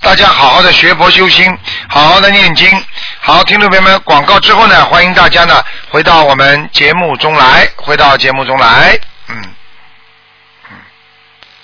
A: 大家好好的学佛修心，好好的念经。好，听众朋友们，广告之后呢，欢迎大家呢回到我们节目中来，回到节目中来。